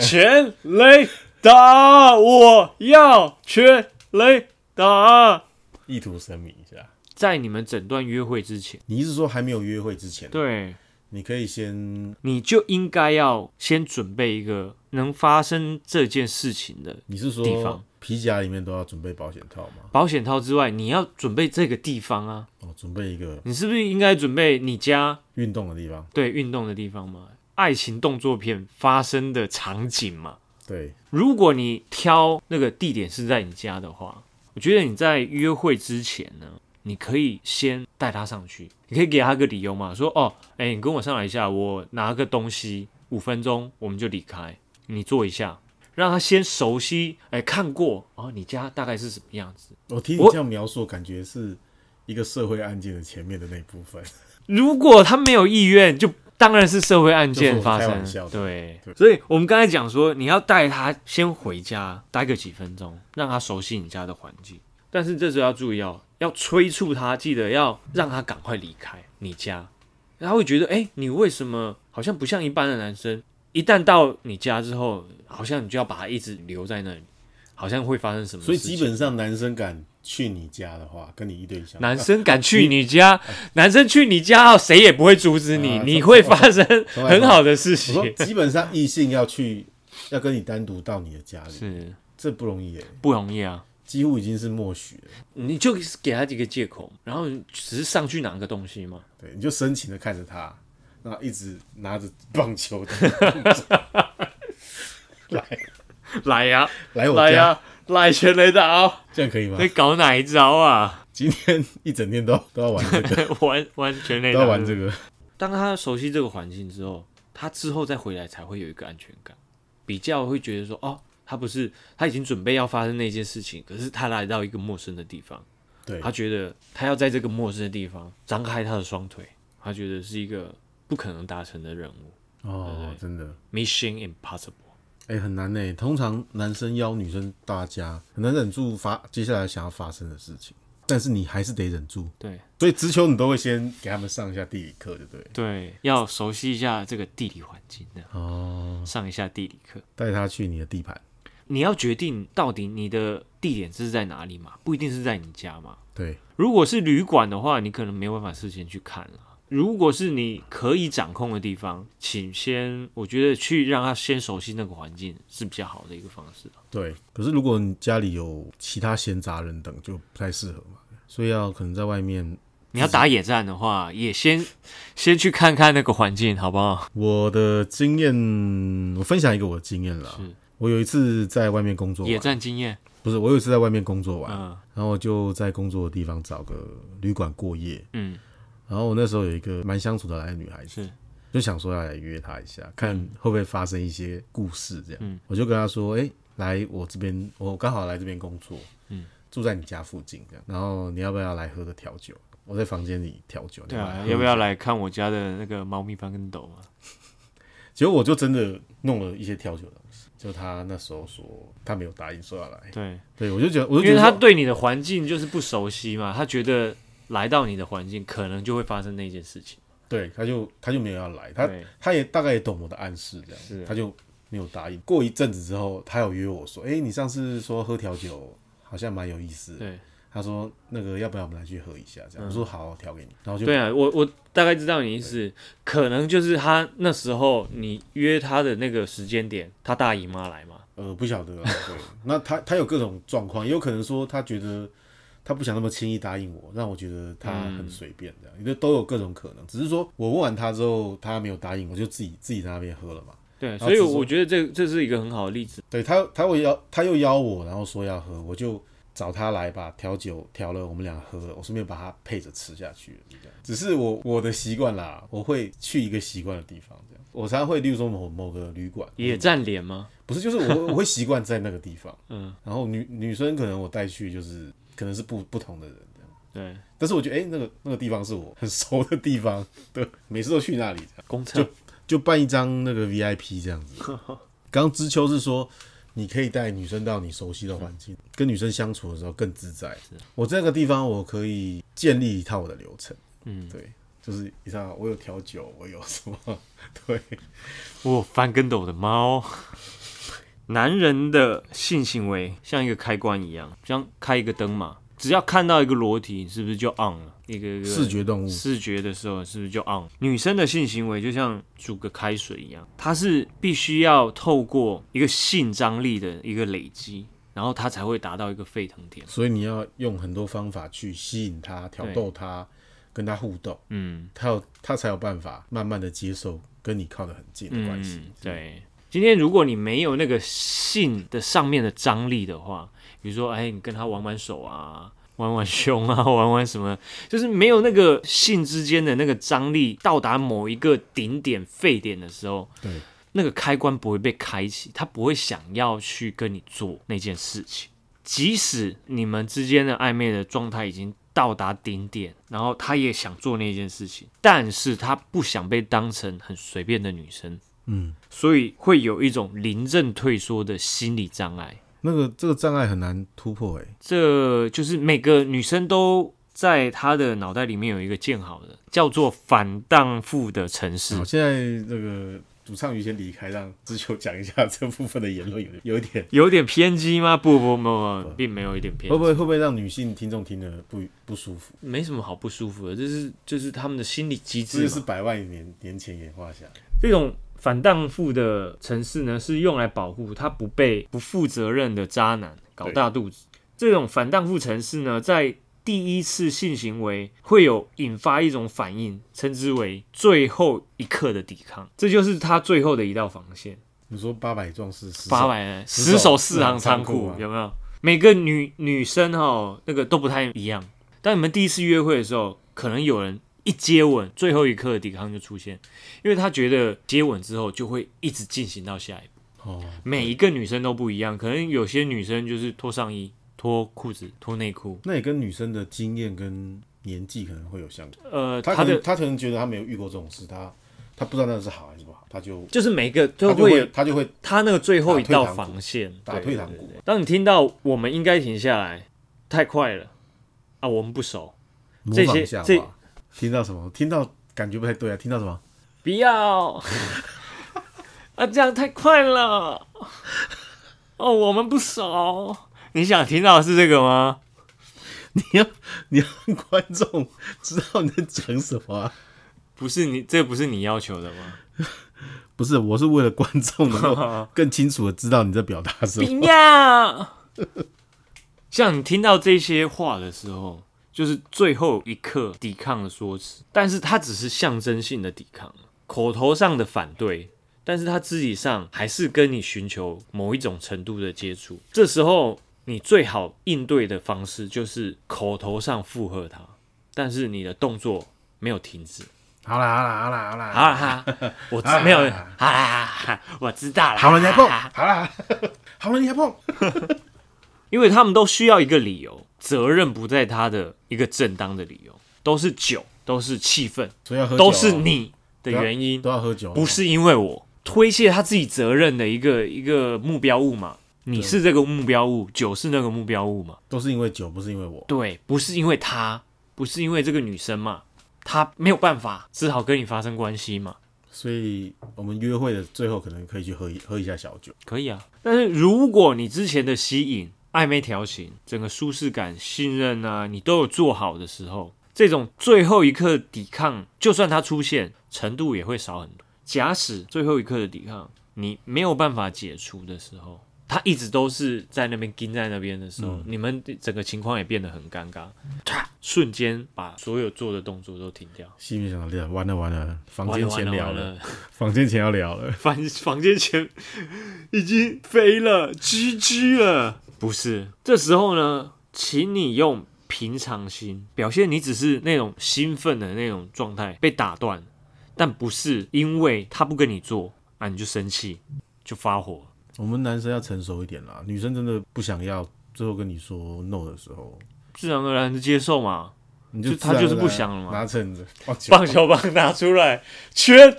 Speaker 3: 全雷达，我要全雷达。
Speaker 2: 意图声明一下。
Speaker 3: 在你们整段约会之前，
Speaker 2: 你是说还没有约会之前，
Speaker 3: 对，
Speaker 2: 你可以先，
Speaker 3: 你就应该要先准备一个能发生这件事情的
Speaker 2: 你是
Speaker 3: 地方
Speaker 2: 说皮夹里面都要准备保险套吗？
Speaker 3: 保险套之外，你要准备这个地方啊。
Speaker 2: 哦，准备一个
Speaker 3: 你是不是应该准备你家
Speaker 2: 运动的地方。
Speaker 3: 对运动的地方嘛？爱情动作片发生的场景嘛？
Speaker 2: 对，
Speaker 3: 如果你挑那个地点是在你家的话，我觉得你在约会之前呢，你可以先带他上去，你可以给他个理由嘛，说哦，哎、你跟我上来一下，我拿个东西，五分钟我们就离开，你坐一下，让他先熟悉，哎、看过哦，你家大概是什么样子。
Speaker 2: 我听你
Speaker 3: 我
Speaker 2: 这样描述，感觉是一个社会案件的前面的那部 分。
Speaker 3: 如果他没有意愿，就当然是社会案件发
Speaker 2: 就是我开玩
Speaker 3: 生
Speaker 2: 笑。的
Speaker 3: 对
Speaker 2: 对，
Speaker 3: 所以我们刚才讲说，你要带他先回家待个几分钟，让他熟悉你家的环境。但是这时候要注意哦，要催促他，记得要让他赶快离开你家。他会觉得，哎、你为什么好像不像一般的男生？一旦到你家之后，好像你就要把他一直留在那里，好像会发生什么事
Speaker 2: 所
Speaker 3: 情？
Speaker 2: 以基本上，男生敢去你家的话，跟你一对一相，
Speaker 3: 男生敢去你家，男生去你家，谁也不会阻止你，
Speaker 2: 啊
Speaker 3: 你会发生
Speaker 2: 从来
Speaker 3: 很好的事
Speaker 2: 我说
Speaker 3: 情。
Speaker 2: 基本上异性要去，要跟你单独到你的家里，
Speaker 3: 是
Speaker 2: 这不容易耶，
Speaker 3: 不容易啊，
Speaker 2: 几乎已经是默许了。
Speaker 3: 你就给他几个借口，然后只是上去拿个东西嘛。
Speaker 2: 对，你就深情的看着他，然后一直拿着棒球 的来
Speaker 3: 来呀、
Speaker 2: 来我
Speaker 3: 来呀、
Speaker 2: 家，
Speaker 3: 来全雷达、
Speaker 2: 这样可以吗
Speaker 3: 在？搞哪一招啊？
Speaker 2: 今天一整天都都要玩这个，
Speaker 3: 玩玩全雷
Speaker 2: 都
Speaker 3: 达，
Speaker 2: 要玩这个。
Speaker 3: 当他熟悉这个环境之后，他之后再回来才会有一个安全感，比较会觉得说，哦，他不是他已经准备要发生那件事情，可是他来到一个陌生的地方，
Speaker 2: 对
Speaker 3: 他觉得他要在这个陌生的地方张开他的双腿，他觉得是一个不可能达成的任务
Speaker 2: 哦，真的，
Speaker 3: ，Mission Impossible。
Speaker 2: 哎、很难呢。通常男生邀女生到他家，很难忍住发接下来想要发生的事情。但是你还是得忍住。
Speaker 3: 对
Speaker 2: 所以直球你都会先给他们上一下地理课，对不对？
Speaker 3: 对，要熟悉一下这个地理环境的，
Speaker 2: 哦，
Speaker 3: 上一下地理课。
Speaker 2: 带他去你的地盘，
Speaker 3: 你要决定到底你的地点是在哪里嘛，不一定是在你家嘛。
Speaker 2: 对，
Speaker 3: 如果是旅馆的话，你可能没有办法事先去看了。如果是你可以掌控的地方，请先，我觉得去让他先熟悉那个环境是比较好的一个方式。
Speaker 2: 对，可是如果你家里有其他闲杂人等，就不太适合嘛，所以要可能在外面。
Speaker 3: 你要打野战的话，也先先去看看那个环境，好不好？
Speaker 2: 我的经验，我分享一个我的经验啦。
Speaker 3: 是
Speaker 2: 我有一次在外面工作
Speaker 3: 野
Speaker 2: 完，
Speaker 3: 战经验，
Speaker 2: 不是我有一次在外面工作完，
Speaker 3: 嗯
Speaker 2: 然后我就在工作的地方找个旅馆过夜。
Speaker 3: 嗯，
Speaker 2: 然后我那时候有一个蛮相处得来的女孩子，
Speaker 3: 是
Speaker 2: 就想说要来约她一下，看会不会发生一些故事这样。
Speaker 3: 嗯
Speaker 2: 我就跟她说：“哎、来我这边，我刚好来这边工作，
Speaker 3: 嗯，
Speaker 2: 住在你家附近这样。然后你要不要来喝个调酒？我在房间里调酒，你
Speaker 3: 对啊，
Speaker 2: 来
Speaker 3: 要不
Speaker 2: 喝一下
Speaker 3: 要来看我家的那个猫咪翻跟斗啊嘛？
Speaker 2: 结果我就真的弄了一些调酒的东西，就她那时候说她没有答应说要来，
Speaker 3: 对，
Speaker 2: 对我就觉得，我就
Speaker 3: 因
Speaker 2: 觉
Speaker 3: 为
Speaker 2: 得
Speaker 3: 他
Speaker 2: 说
Speaker 3: 对你的环境就是不熟悉嘛，他觉得来到你的环境，可能就会发生那件事情。
Speaker 2: 对，她就她就没有要来，她
Speaker 3: 对，
Speaker 2: 她也大概也懂我的暗示，这样，
Speaker 3: 是
Speaker 2: 她就没有答应。过一阵子之后，她有约我说，哎、你上次说喝调酒好像蛮有意思的，
Speaker 3: 对，嗯
Speaker 2: 她说那个要不要我们来去喝一下？这样，我说好，调给你，然后就
Speaker 3: 对啊，我我大概知道你意思，可能就是他那时候你约他的那个时间点，他大姨妈来嘛，
Speaker 2: 呃不晓得啦，对，那她她有各种状况，也有可能说她觉得。她不想那么轻易答应我，让我觉得她
Speaker 3: 嗯
Speaker 2: 很随便，这样，因为都有各种可能。只是说我问完她之后，她没有答应，我就自己自己在那边喝了嘛。
Speaker 3: 对，
Speaker 2: 后嗯
Speaker 3: 所以
Speaker 2: 之后
Speaker 3: 我觉得这这是一个很好的例子。
Speaker 2: 对他，他会邀，他又邀我，然后说要喝，我就找他来把调酒调了，我们俩喝了，我顺便把它配着吃下去了就这样只是我我的习惯啦，我会去一个习惯的地方，这样。我常常会，例如说某某个旅馆，
Speaker 3: 野战脸吗？
Speaker 2: 不是，就是我我会习惯在那个地方。
Speaker 3: 嗯，
Speaker 2: 然后女女生可能我带去就是可能是不不同的人这样，
Speaker 3: 对，
Speaker 2: 但是我觉得哎、诶那个那个地方是我很熟的地方，对，每次都去那里这样。
Speaker 3: 公厕
Speaker 2: 就办一张那个 VIP 这样 子。刚刚知秋是说，你可以带女生到你熟悉的环境，跟女生相处的时候更自在。我在那个地方，我可以建立一套我的流程。
Speaker 3: 嗯，
Speaker 2: 对，就是你看，我有调酒，我有什 么？对，
Speaker 3: 我有哦翻跟斗的猫。男人的性行为像一个开关一样，像开一个灯嘛，只要看到一个裸体，是不是就 on 了？一个一个
Speaker 2: 视觉动物。
Speaker 3: 视觉的时候，是不是就 on？女生的性行为就像煮个开水一样，它是必须要透过一个性张力的一个累积，然后它才会达到一个沸腾点。
Speaker 2: 所以你要用很多方法去吸引她、挑逗她、跟她互动，
Speaker 3: 嗯
Speaker 2: 她有她才有办法慢慢的接受跟你靠得很近的关系。
Speaker 3: 嗯，对。今天如果你没有那个性的上面的张力的话，比如说，哎，你跟他玩玩手啊，玩玩胸啊，玩玩什么，就是没有那个性之间的那个张力到达某一个顶点沸点的时候，
Speaker 2: 对，
Speaker 3: 那个开关不会被开启，他不会想要去跟你做那件事情。即使你们之间的暧昧的状态已经到达顶点，然后他也想做那件事情，但是他不想被当成很随便的女生，
Speaker 2: 嗯，
Speaker 3: 所以会有一种临阵退缩的心理障碍。
Speaker 2: 那个这个障碍很难突破、欸，哎，
Speaker 3: 这就是每个女生都在她的脑袋里面有一个建好的，叫做反荡妇的城市
Speaker 2: 好，。现在那个主唱于先离开，让知秋讲一下这部分的言论有有一点
Speaker 3: 有点偏激吗？不不不不，并没有一点偏
Speaker 2: 会
Speaker 3: 激
Speaker 2: 不，会会不会让女性听众听得不不舒服？
Speaker 3: 没什么好不舒服的，这是就是他们的心理机
Speaker 2: 这
Speaker 3: 制
Speaker 2: 就
Speaker 3: 嘛。
Speaker 2: 是百万年年前演化下来。
Speaker 3: 这种反荡妇的城市呢，是用来保护他不被不负责任的渣男搞大肚子。这种反荡妇城市呢，在第一次性行为会有引发一种反应，称之为最后一刻的抵抗，这就是他最后的一道防线。
Speaker 2: 你说八百壮士，十
Speaker 3: 八百
Speaker 2: 十
Speaker 3: 十
Speaker 2: 手
Speaker 3: 手
Speaker 2: 四
Speaker 3: 四
Speaker 2: 行
Speaker 3: 行
Speaker 2: 仓
Speaker 3: 仓
Speaker 2: 库
Speaker 3: 库
Speaker 2: 啊
Speaker 3: 有没有？每个女女生哈，那个都不太一样。当你们第一次约会的时候，可能有人一接吻，最后一刻的抵抗就出现，因为他觉得接吻之后就会一直进行到下一步。
Speaker 2: 哦，
Speaker 3: 每一个女生都不一样，可能有些女生就是脱上衣、脱裤子、脱内裤，
Speaker 2: 那也跟女生的经验跟年纪可能会有相关。
Speaker 3: 呃，
Speaker 2: 她
Speaker 3: 她
Speaker 2: 可能
Speaker 3: 的
Speaker 2: 她可能觉得她没有遇过这种事，她她不知道那是好还是不好，她就
Speaker 3: 就是每个
Speaker 2: 她
Speaker 3: 都
Speaker 2: 就
Speaker 3: 会
Speaker 2: 会
Speaker 3: 有
Speaker 2: 她就会
Speaker 3: 他那个最后一
Speaker 2: 打退
Speaker 3: 道
Speaker 2: 堂鼓
Speaker 3: 防线，
Speaker 2: 打退堂
Speaker 3: 对
Speaker 2: 鼓
Speaker 3: 对对当你听到我们应该停下来，太快了，啊，我们不熟，
Speaker 2: 模
Speaker 3: 这
Speaker 2: 仿
Speaker 3: 些
Speaker 2: 一下好
Speaker 3: 这
Speaker 2: 不好？听到什么？听到感觉不太对啊！听到什么？
Speaker 3: 不 要啊，这样太快了。哦，我们不熟。你想听到的是这个吗？
Speaker 2: 你要 你要让观众知道你在讲什么、啊？
Speaker 3: 不是你，这不是你要求的吗？
Speaker 2: 不是，我是为了观众能 够更清楚的知道你在表达什么。
Speaker 3: 不要。像你听到这些话的时候，就是最后一刻抵抗的说辞，但是它只是象征性的抵抗，口头上的反对，但是他肢体上还是跟你寻求某一种程度的接触。这时候你最好应对的方式就是口头上附和他，但是你的动作没有停止。
Speaker 2: 好啦好啦好啦好啦
Speaker 3: 啊哈，我知没有啊，我知道了。
Speaker 2: 好了，你还碰？好啦， 好了，你还碰？
Speaker 3: 因为他们都需要一个理由，责任不在他的一个正当的理由，都是酒，都是气氛，
Speaker 2: 所以要喝酒哦啊
Speaker 3: 都是你的原因
Speaker 2: 都，要喝酒哦，
Speaker 3: 不是因为我推卸他自己责任的一个一个目标物嘛。你是这个目标物，酒是那个目标物嘛？
Speaker 2: 都是因为酒，不是因为我。
Speaker 3: 对，不是因为他，不是因为这个女生嘛，她没有办法，只好跟你发生关系嘛。
Speaker 2: 所以我们约会的最后可能可以去喝一喝一下小酒。
Speaker 3: 可以啊。但是如果你之前的吸引、暧昧调情、整个舒适感、信任啊，你都有做好的时候，这种最后一刻抵抗，就算它出现，程度也会少很多。假使最后一刻的抵抗你没有办法解除的时候，他一直都是在那边盯在那边的时候，
Speaker 2: 嗯
Speaker 3: 你们整个情况也变得很尴尬，瞬间把所有做的动作都停掉。
Speaker 2: 心里面想到，完了完了，房间
Speaker 3: 完
Speaker 2: 前
Speaker 3: 了
Speaker 2: 聊
Speaker 3: 完了
Speaker 2: 了，
Speaker 3: 完了
Speaker 2: 房间前要聊了。
Speaker 3: 房 房间前已经飞了，GG 了。不是，这时候呢，请你用平常心表现，你只是那种兴奋的那种状态被打断，但不是因为他不跟你做啊，你就生气就发火。
Speaker 2: 我们男生要成熟一点啦，女生真的不想要最后跟你说 no 的时候，
Speaker 3: 自然而然的接受嘛，
Speaker 2: 你就
Speaker 3: 就
Speaker 2: 自然
Speaker 3: 她就是
Speaker 2: 而然
Speaker 3: 不想了嘛
Speaker 2: 拿秤子，哦酒
Speaker 3: 棒球棒拿出来，全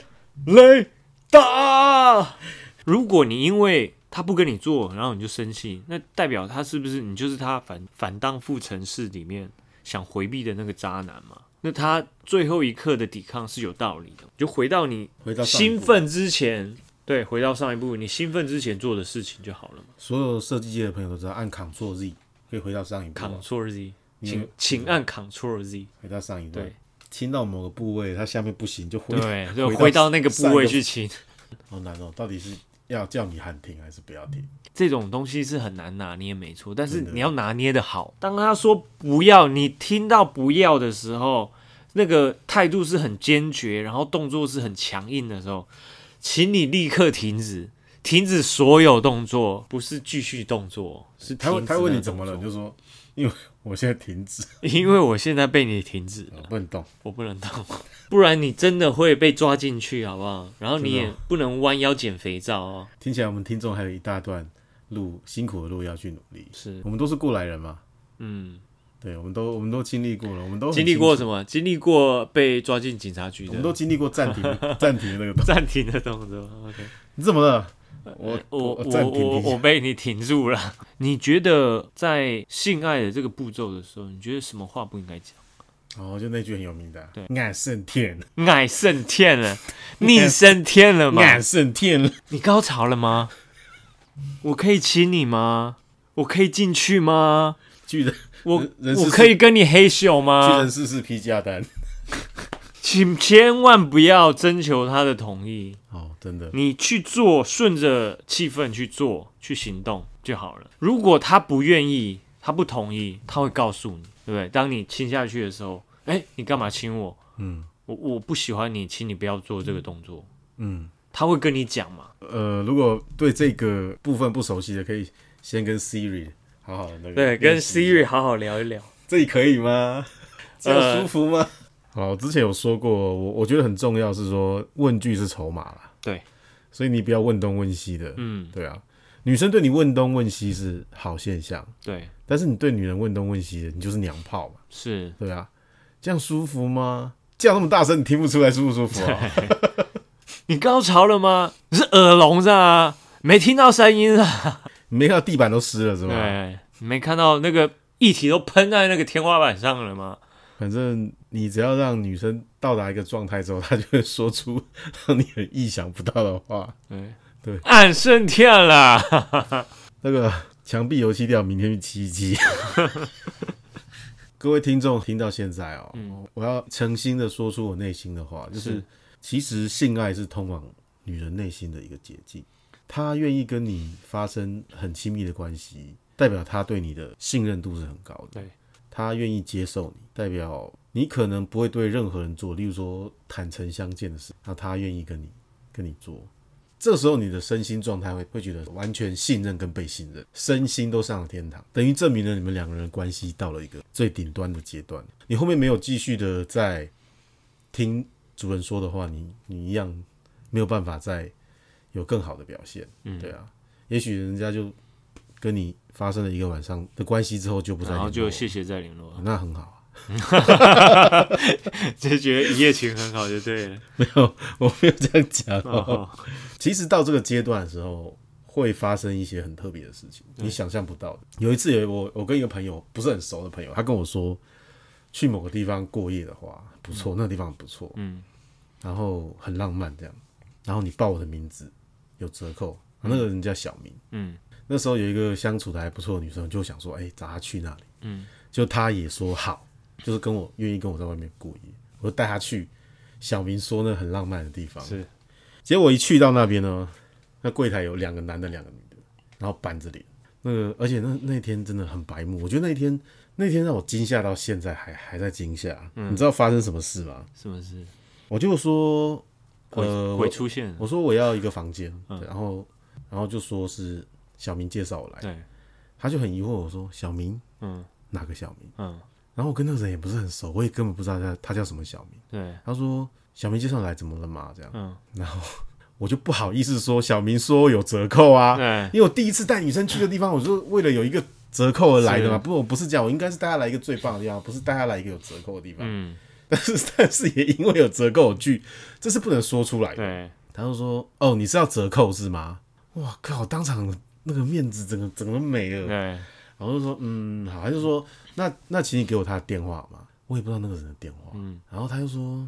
Speaker 3: 垒打。如果你因为他不跟你做，然后你就生气，那代表他是不是你就是他反反荡妇城市里面想回避的那个渣男嘛？那他最后一刻的抵抗是有道理的，就回到你
Speaker 2: 回到上一步
Speaker 3: 兴，奋之前，对，回到上一步你兴奋之前做的事情就好了嘛。
Speaker 2: 所有设计界的朋友都知道，按 Ctrl Z 可以回到上一步嘛，
Speaker 3: Ctrl Z，
Speaker 2: 你
Speaker 3: 请请按 Ctrl Z，
Speaker 2: 回到上一步。啊
Speaker 3: 对，
Speaker 2: 听到某个部位，它下面不行就回，
Speaker 3: 对，就
Speaker 2: 回到
Speaker 3: 回到那个部位
Speaker 2: 上一
Speaker 3: 去亲。
Speaker 2: 好难哦。到底是要叫你喊停还是不要停？
Speaker 3: 这种东西是很难拿捏，没错，但是
Speaker 2: 真的
Speaker 3: 你要拿捏的好。当他说不要，你听到不要的时候，那个态度是很坚决，然后动作是很强硬的时候，请你立刻停止，停止所有动作，不是继续动作，是
Speaker 2: 他问
Speaker 3: 停止
Speaker 2: 他问你
Speaker 3: 那
Speaker 2: 怎么
Speaker 3: 动
Speaker 2: 了，你
Speaker 3: 作
Speaker 2: 就说因为我现在停 止，
Speaker 3: 因为我现在被你停止
Speaker 2: 我
Speaker 3: 了，
Speaker 2: 不能动。
Speaker 3: 我不能动，不然你真的会被抓进去，好不好？然后你
Speaker 2: 真的
Speaker 3: 也不能弯腰捡肥皂哦。
Speaker 2: 听起来我们听众还有一大段路辛苦的路要去努力。
Speaker 3: 是，
Speaker 2: 我们都是过来人嘛，
Speaker 3: 嗯，
Speaker 2: 对，我们都我们都经历过了，我哦们都很
Speaker 3: 经历过
Speaker 2: 清
Speaker 3: 什么？经历过被抓进警察局
Speaker 2: 楚，
Speaker 3: 的，
Speaker 2: 我们都经历过 暂停暂停的那个东西。
Speaker 3: 暂停的动作。OK，
Speaker 2: 你怎么了？我
Speaker 3: 我
Speaker 2: 我
Speaker 3: 我
Speaker 2: 暂停
Speaker 3: 我
Speaker 2: 一下
Speaker 3: 我被你停住了。你觉得在性爱的这个步骤的时候，你觉得什么话不应该讲？
Speaker 2: 哦，就那句很有名的啊，
Speaker 3: 对
Speaker 2: 俺胜天，
Speaker 3: 爱升天 了，逆升天了吗？
Speaker 2: 俺胜天了，
Speaker 3: 你高潮了吗？我可以亲你吗？我可以进去吗？
Speaker 2: 巨人
Speaker 3: 我
Speaker 2: 人呃人是
Speaker 3: 我可以跟你黑咻
Speaker 2: 巨
Speaker 3: 吗
Speaker 2: 人？四四批价单。
Speaker 3: 请千万不要征求他的同意。
Speaker 2: 哦，真的，
Speaker 3: 你去做，顺着气氛去做，去行动就好了。如果他不愿意，他不同意，他会告诉你，对不对？当你亲下去的时候，哎、你干嘛亲我？
Speaker 2: 嗯
Speaker 3: 我我不喜欢你，请你不要做这个动作。
Speaker 2: 嗯，
Speaker 3: 他会跟你讲嘛？
Speaker 2: 呃，如果对这个部分不熟悉的，可以先跟 Siri 好好的那个
Speaker 3: 对，跟
Speaker 2: 练习
Speaker 3: Siri 好好聊一聊。
Speaker 2: 这里可以吗？这样
Speaker 3: 呃
Speaker 2: 舒服吗？好，之前有说过，我我觉得很重要是说问句是筹码啦，
Speaker 3: 对，
Speaker 2: 所以你不要问东问西的，
Speaker 3: 嗯，
Speaker 2: 对啊，女生对你问东问西是好现象，
Speaker 3: 嗯对，
Speaker 2: 但是你对女人问东问西的，你就是娘炮嘛，
Speaker 3: 是
Speaker 2: 对啊，这样舒服吗？叫那么大声，你听不出来舒不舒服 啊？
Speaker 3: 你高潮了吗？你是耳聋是啊？没听到声音啊？
Speaker 2: 你没看到地板都湿了是吧？
Speaker 3: 啊对，你没看到那个液体都喷在那个天花板上了吗？
Speaker 2: 反正你只要让女生到达一个状态之后，她就会说出让你很意想不到的话。
Speaker 3: 对
Speaker 2: 对，
Speaker 3: 俺升天了，
Speaker 2: 那个墙壁油漆掉，明天去漆一漆。 各位听众听到现在哦，我要诚心的说出我内心的话，就是
Speaker 3: 是
Speaker 2: 其实性爱是通往女人内心的一个捷径。她愿意跟你发生很亲密的关系，代表她对你的信任度是很高的。
Speaker 3: 对，
Speaker 2: 她愿意接受你，代表你可能不会对任何人做，例如说坦诚相见的事，那她愿意跟你跟你做。这时候你的身心状态会会觉得完全信任跟被信任，身心都上了天堂，等于证明了你们两个人的关系到了一个最顶端的阶段。你后面没有继续的在听主人说的话，你你一样没有办法再有更好的表现。嗯，对啊，也许人家就跟你发生了一个晚上的关系之后就不再
Speaker 3: 然后
Speaker 2: 联络
Speaker 3: 就
Speaker 2: 了
Speaker 3: 谢谢再联络，
Speaker 2: 那很 好啊。
Speaker 3: 就觉得一夜情很好就对了。
Speaker 2: 没有，我没有这样 讲、哦。
Speaker 3: 哦，
Speaker 2: 其实到这个阶段的时候，会发生一些很特别的事情，你想象不到的。有一次有我，我跟一个朋友不是很熟的朋友，他跟我说，去某个地方过夜的话不错，那个地方不错，
Speaker 3: 嗯，
Speaker 2: 然后很浪漫这样，然后你报我的名字有折扣，那个人叫小明，
Speaker 3: 嗯，
Speaker 2: 那时候有一个相处的还不错的女生，就想说，哎、找她去那里，
Speaker 3: 嗯，
Speaker 2: 就她也说好，就是跟我愿意跟我在外面过夜，我就带她去小明说那很浪漫的地方，
Speaker 3: 是，
Speaker 2: 结果一去到那边呢，那柜台有两个男的，两个女的，然后板着脸，那个而且那那天真的很白目，我觉得那天那天让我惊吓到现在还还在惊吓，
Speaker 3: 嗯
Speaker 2: 你知道发生什么事吗？
Speaker 3: 是不是？
Speaker 2: 我就说，
Speaker 3: 鬼、
Speaker 2: 呃，
Speaker 3: 鬼
Speaker 2: 我
Speaker 3: 出现了，
Speaker 2: 我说我要一个房间，
Speaker 3: 嗯
Speaker 2: 对然后然后就说是小明介绍我来，
Speaker 3: 对，
Speaker 2: 他就很疑惑，我说小明
Speaker 3: 嗯
Speaker 2: 哪个小明？
Speaker 3: 嗯，
Speaker 2: 然后我跟那个人也不是很熟，我也根本不知道他他叫什么小明。
Speaker 3: 对，
Speaker 2: 他说小明介绍来怎么了嘛？这样，
Speaker 3: 嗯，
Speaker 2: 然后我就不好意思说小明说有折扣啊，
Speaker 3: 对，
Speaker 2: 因为我第一次带女生去的地方，我就为了有一个折扣而来的嘛。
Speaker 3: 是
Speaker 2: 不，我不是这样，我应该是带她来一个最棒的地方，不是带她来一个有折扣的地方。
Speaker 3: 嗯，
Speaker 2: 但是，但是也因为有折扣，我去，这是不能说出来的。
Speaker 3: 对，
Speaker 2: 他就说：“哦，你是要折扣是吗？”哇靠！当场那个面子整个整个都没了。
Speaker 3: 对，
Speaker 2: 然后就说：“嗯，好。”他就说：“那那请你给我他的电话嘛。”我也不知道那个人的电话。嗯，然后他就说：“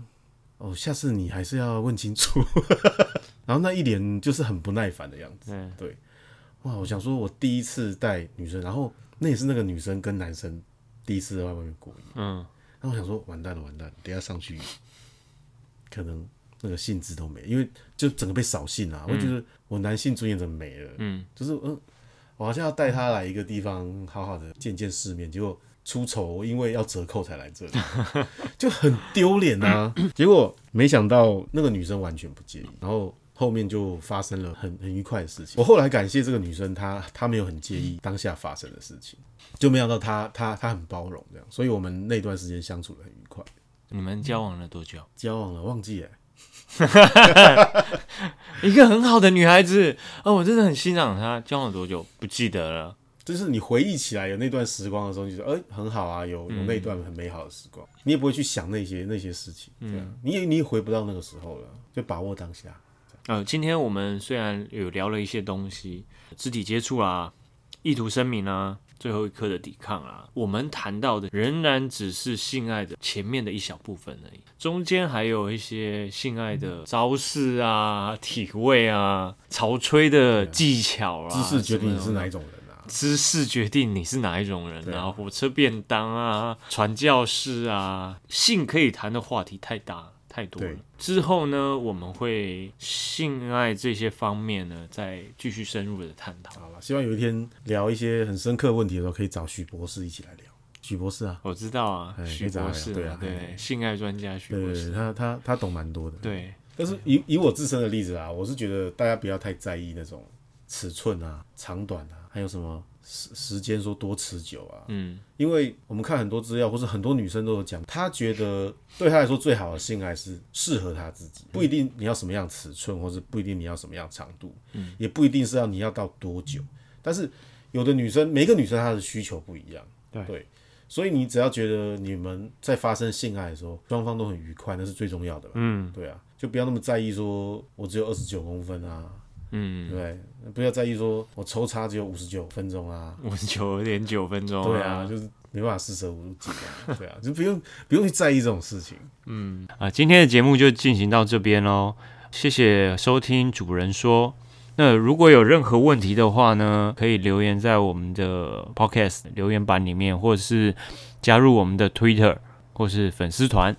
Speaker 2: 哦，下次你还是要问清 楚。”然后那一脸就是很不耐烦的样子。
Speaker 3: 对，
Speaker 2: 对，哇！我想说，我第一次带女生，然后那也是那个女生跟男生第一次在外面过夜。
Speaker 3: 嗯，
Speaker 2: 然后我想说，完蛋了，完蛋了，等一下上去可能那个兴致都没，因为就整个被扫兴啊。我觉得我男性尊严怎么没了？
Speaker 3: 嗯，
Speaker 2: 就是嗯，我好像要带她来一个地方，好好的见见世面，结果出丑，因为要折扣才来这里， 就很丢脸啊。 结果没想到那个女生完全不介意，然后。后面就发生了很很愉快的事情。我后来感谢这个女生，她她没有很介意当下发生的事情，就没想到她她她很包容这样，所以我们那段时间相处的很愉快。
Speaker 3: 你们交往了多久？
Speaker 2: 交往了，忘记了。
Speaker 3: 一个很好的女孩子，哦，我真的很欣赏她。交往多久？不记得了。
Speaker 2: 就是你回忆起来有那段时光的时候，你就说，哎、很好啊，有
Speaker 3: 嗯
Speaker 2: 有那段很美好的时光，你也不会去想那些那些事情，
Speaker 3: 嗯
Speaker 2: 对啊，你也你也回不到那个时候了，就把握当下。
Speaker 3: 呃，今天我们虽然有聊了一些东西，肢体接触啊，意图声明啊，最后一刻的抵抗啊，我们谈到的仍然只是性爱的前面的一小部分而已，中间还有一些性爱的招式啊、体位啊、潮吹的技巧啊，
Speaker 2: 姿势决定你
Speaker 3: 什
Speaker 2: 是
Speaker 3: 么的
Speaker 2: 哪一种人啊，
Speaker 3: 姿势决定你是哪一种人
Speaker 2: 对
Speaker 3: 啊，
Speaker 2: 啊
Speaker 3: 火车便当啊，传教士啊，性可以谈的话题太大了太多了
Speaker 2: 对。
Speaker 3: 之后呢，我们会性爱这些方面呢，再继续深入的探讨。
Speaker 2: 好了，希望有一天聊一些很深刻问题的时候，可以找许博士一起来聊。许博士啊，
Speaker 3: 我知道啊，
Speaker 2: 哎
Speaker 3: 许
Speaker 2: 可以找
Speaker 3: 博
Speaker 2: 他
Speaker 3: 士
Speaker 2: 聊对啊
Speaker 3: 对
Speaker 2: 哎
Speaker 3: 性爱专家许
Speaker 2: 对
Speaker 3: 博
Speaker 2: 对
Speaker 3: 士
Speaker 2: 对，，他他他懂蛮多的，
Speaker 3: 对
Speaker 2: 但是以以我自身的例子啊，我是觉得大家不要太在意那种尺寸啊、长短啊，还有什么时时间说多持久啊，
Speaker 3: 嗯，
Speaker 2: 因为我们看很多资料，或是很多女生都有讲，她觉得对她来说最好的性爱是适合她自
Speaker 3: 嗯
Speaker 2: 己，不一定你要什么样尺寸，或是不一定你要什么样长度，
Speaker 3: 嗯
Speaker 2: 也不一定是要你要到多久。但是有的女生，每个女生她的需求不一样，
Speaker 3: 对
Speaker 2: 所以你只要觉得你们在发生性爱的时候，双方都很愉快，那是最重要的吧。嗯，对啊，就不要那么在意说我只有二十九公分啊，
Speaker 3: 嗯，
Speaker 2: 对不对，不要在意说我抽插只有五十九分钟啊，
Speaker 3: 五十九点九分钟、
Speaker 2: 对啊，就是没办法四舍五入计量，对啊，就不用不用去在意这种事情。
Speaker 3: 啊，今天的节目就进行到这边喽，谢谢收听主人说。那如果有任何问题的话呢，可以留言在我们的 Podcast 留言板里面，或者是加入我们的 Twitter 或是粉丝团。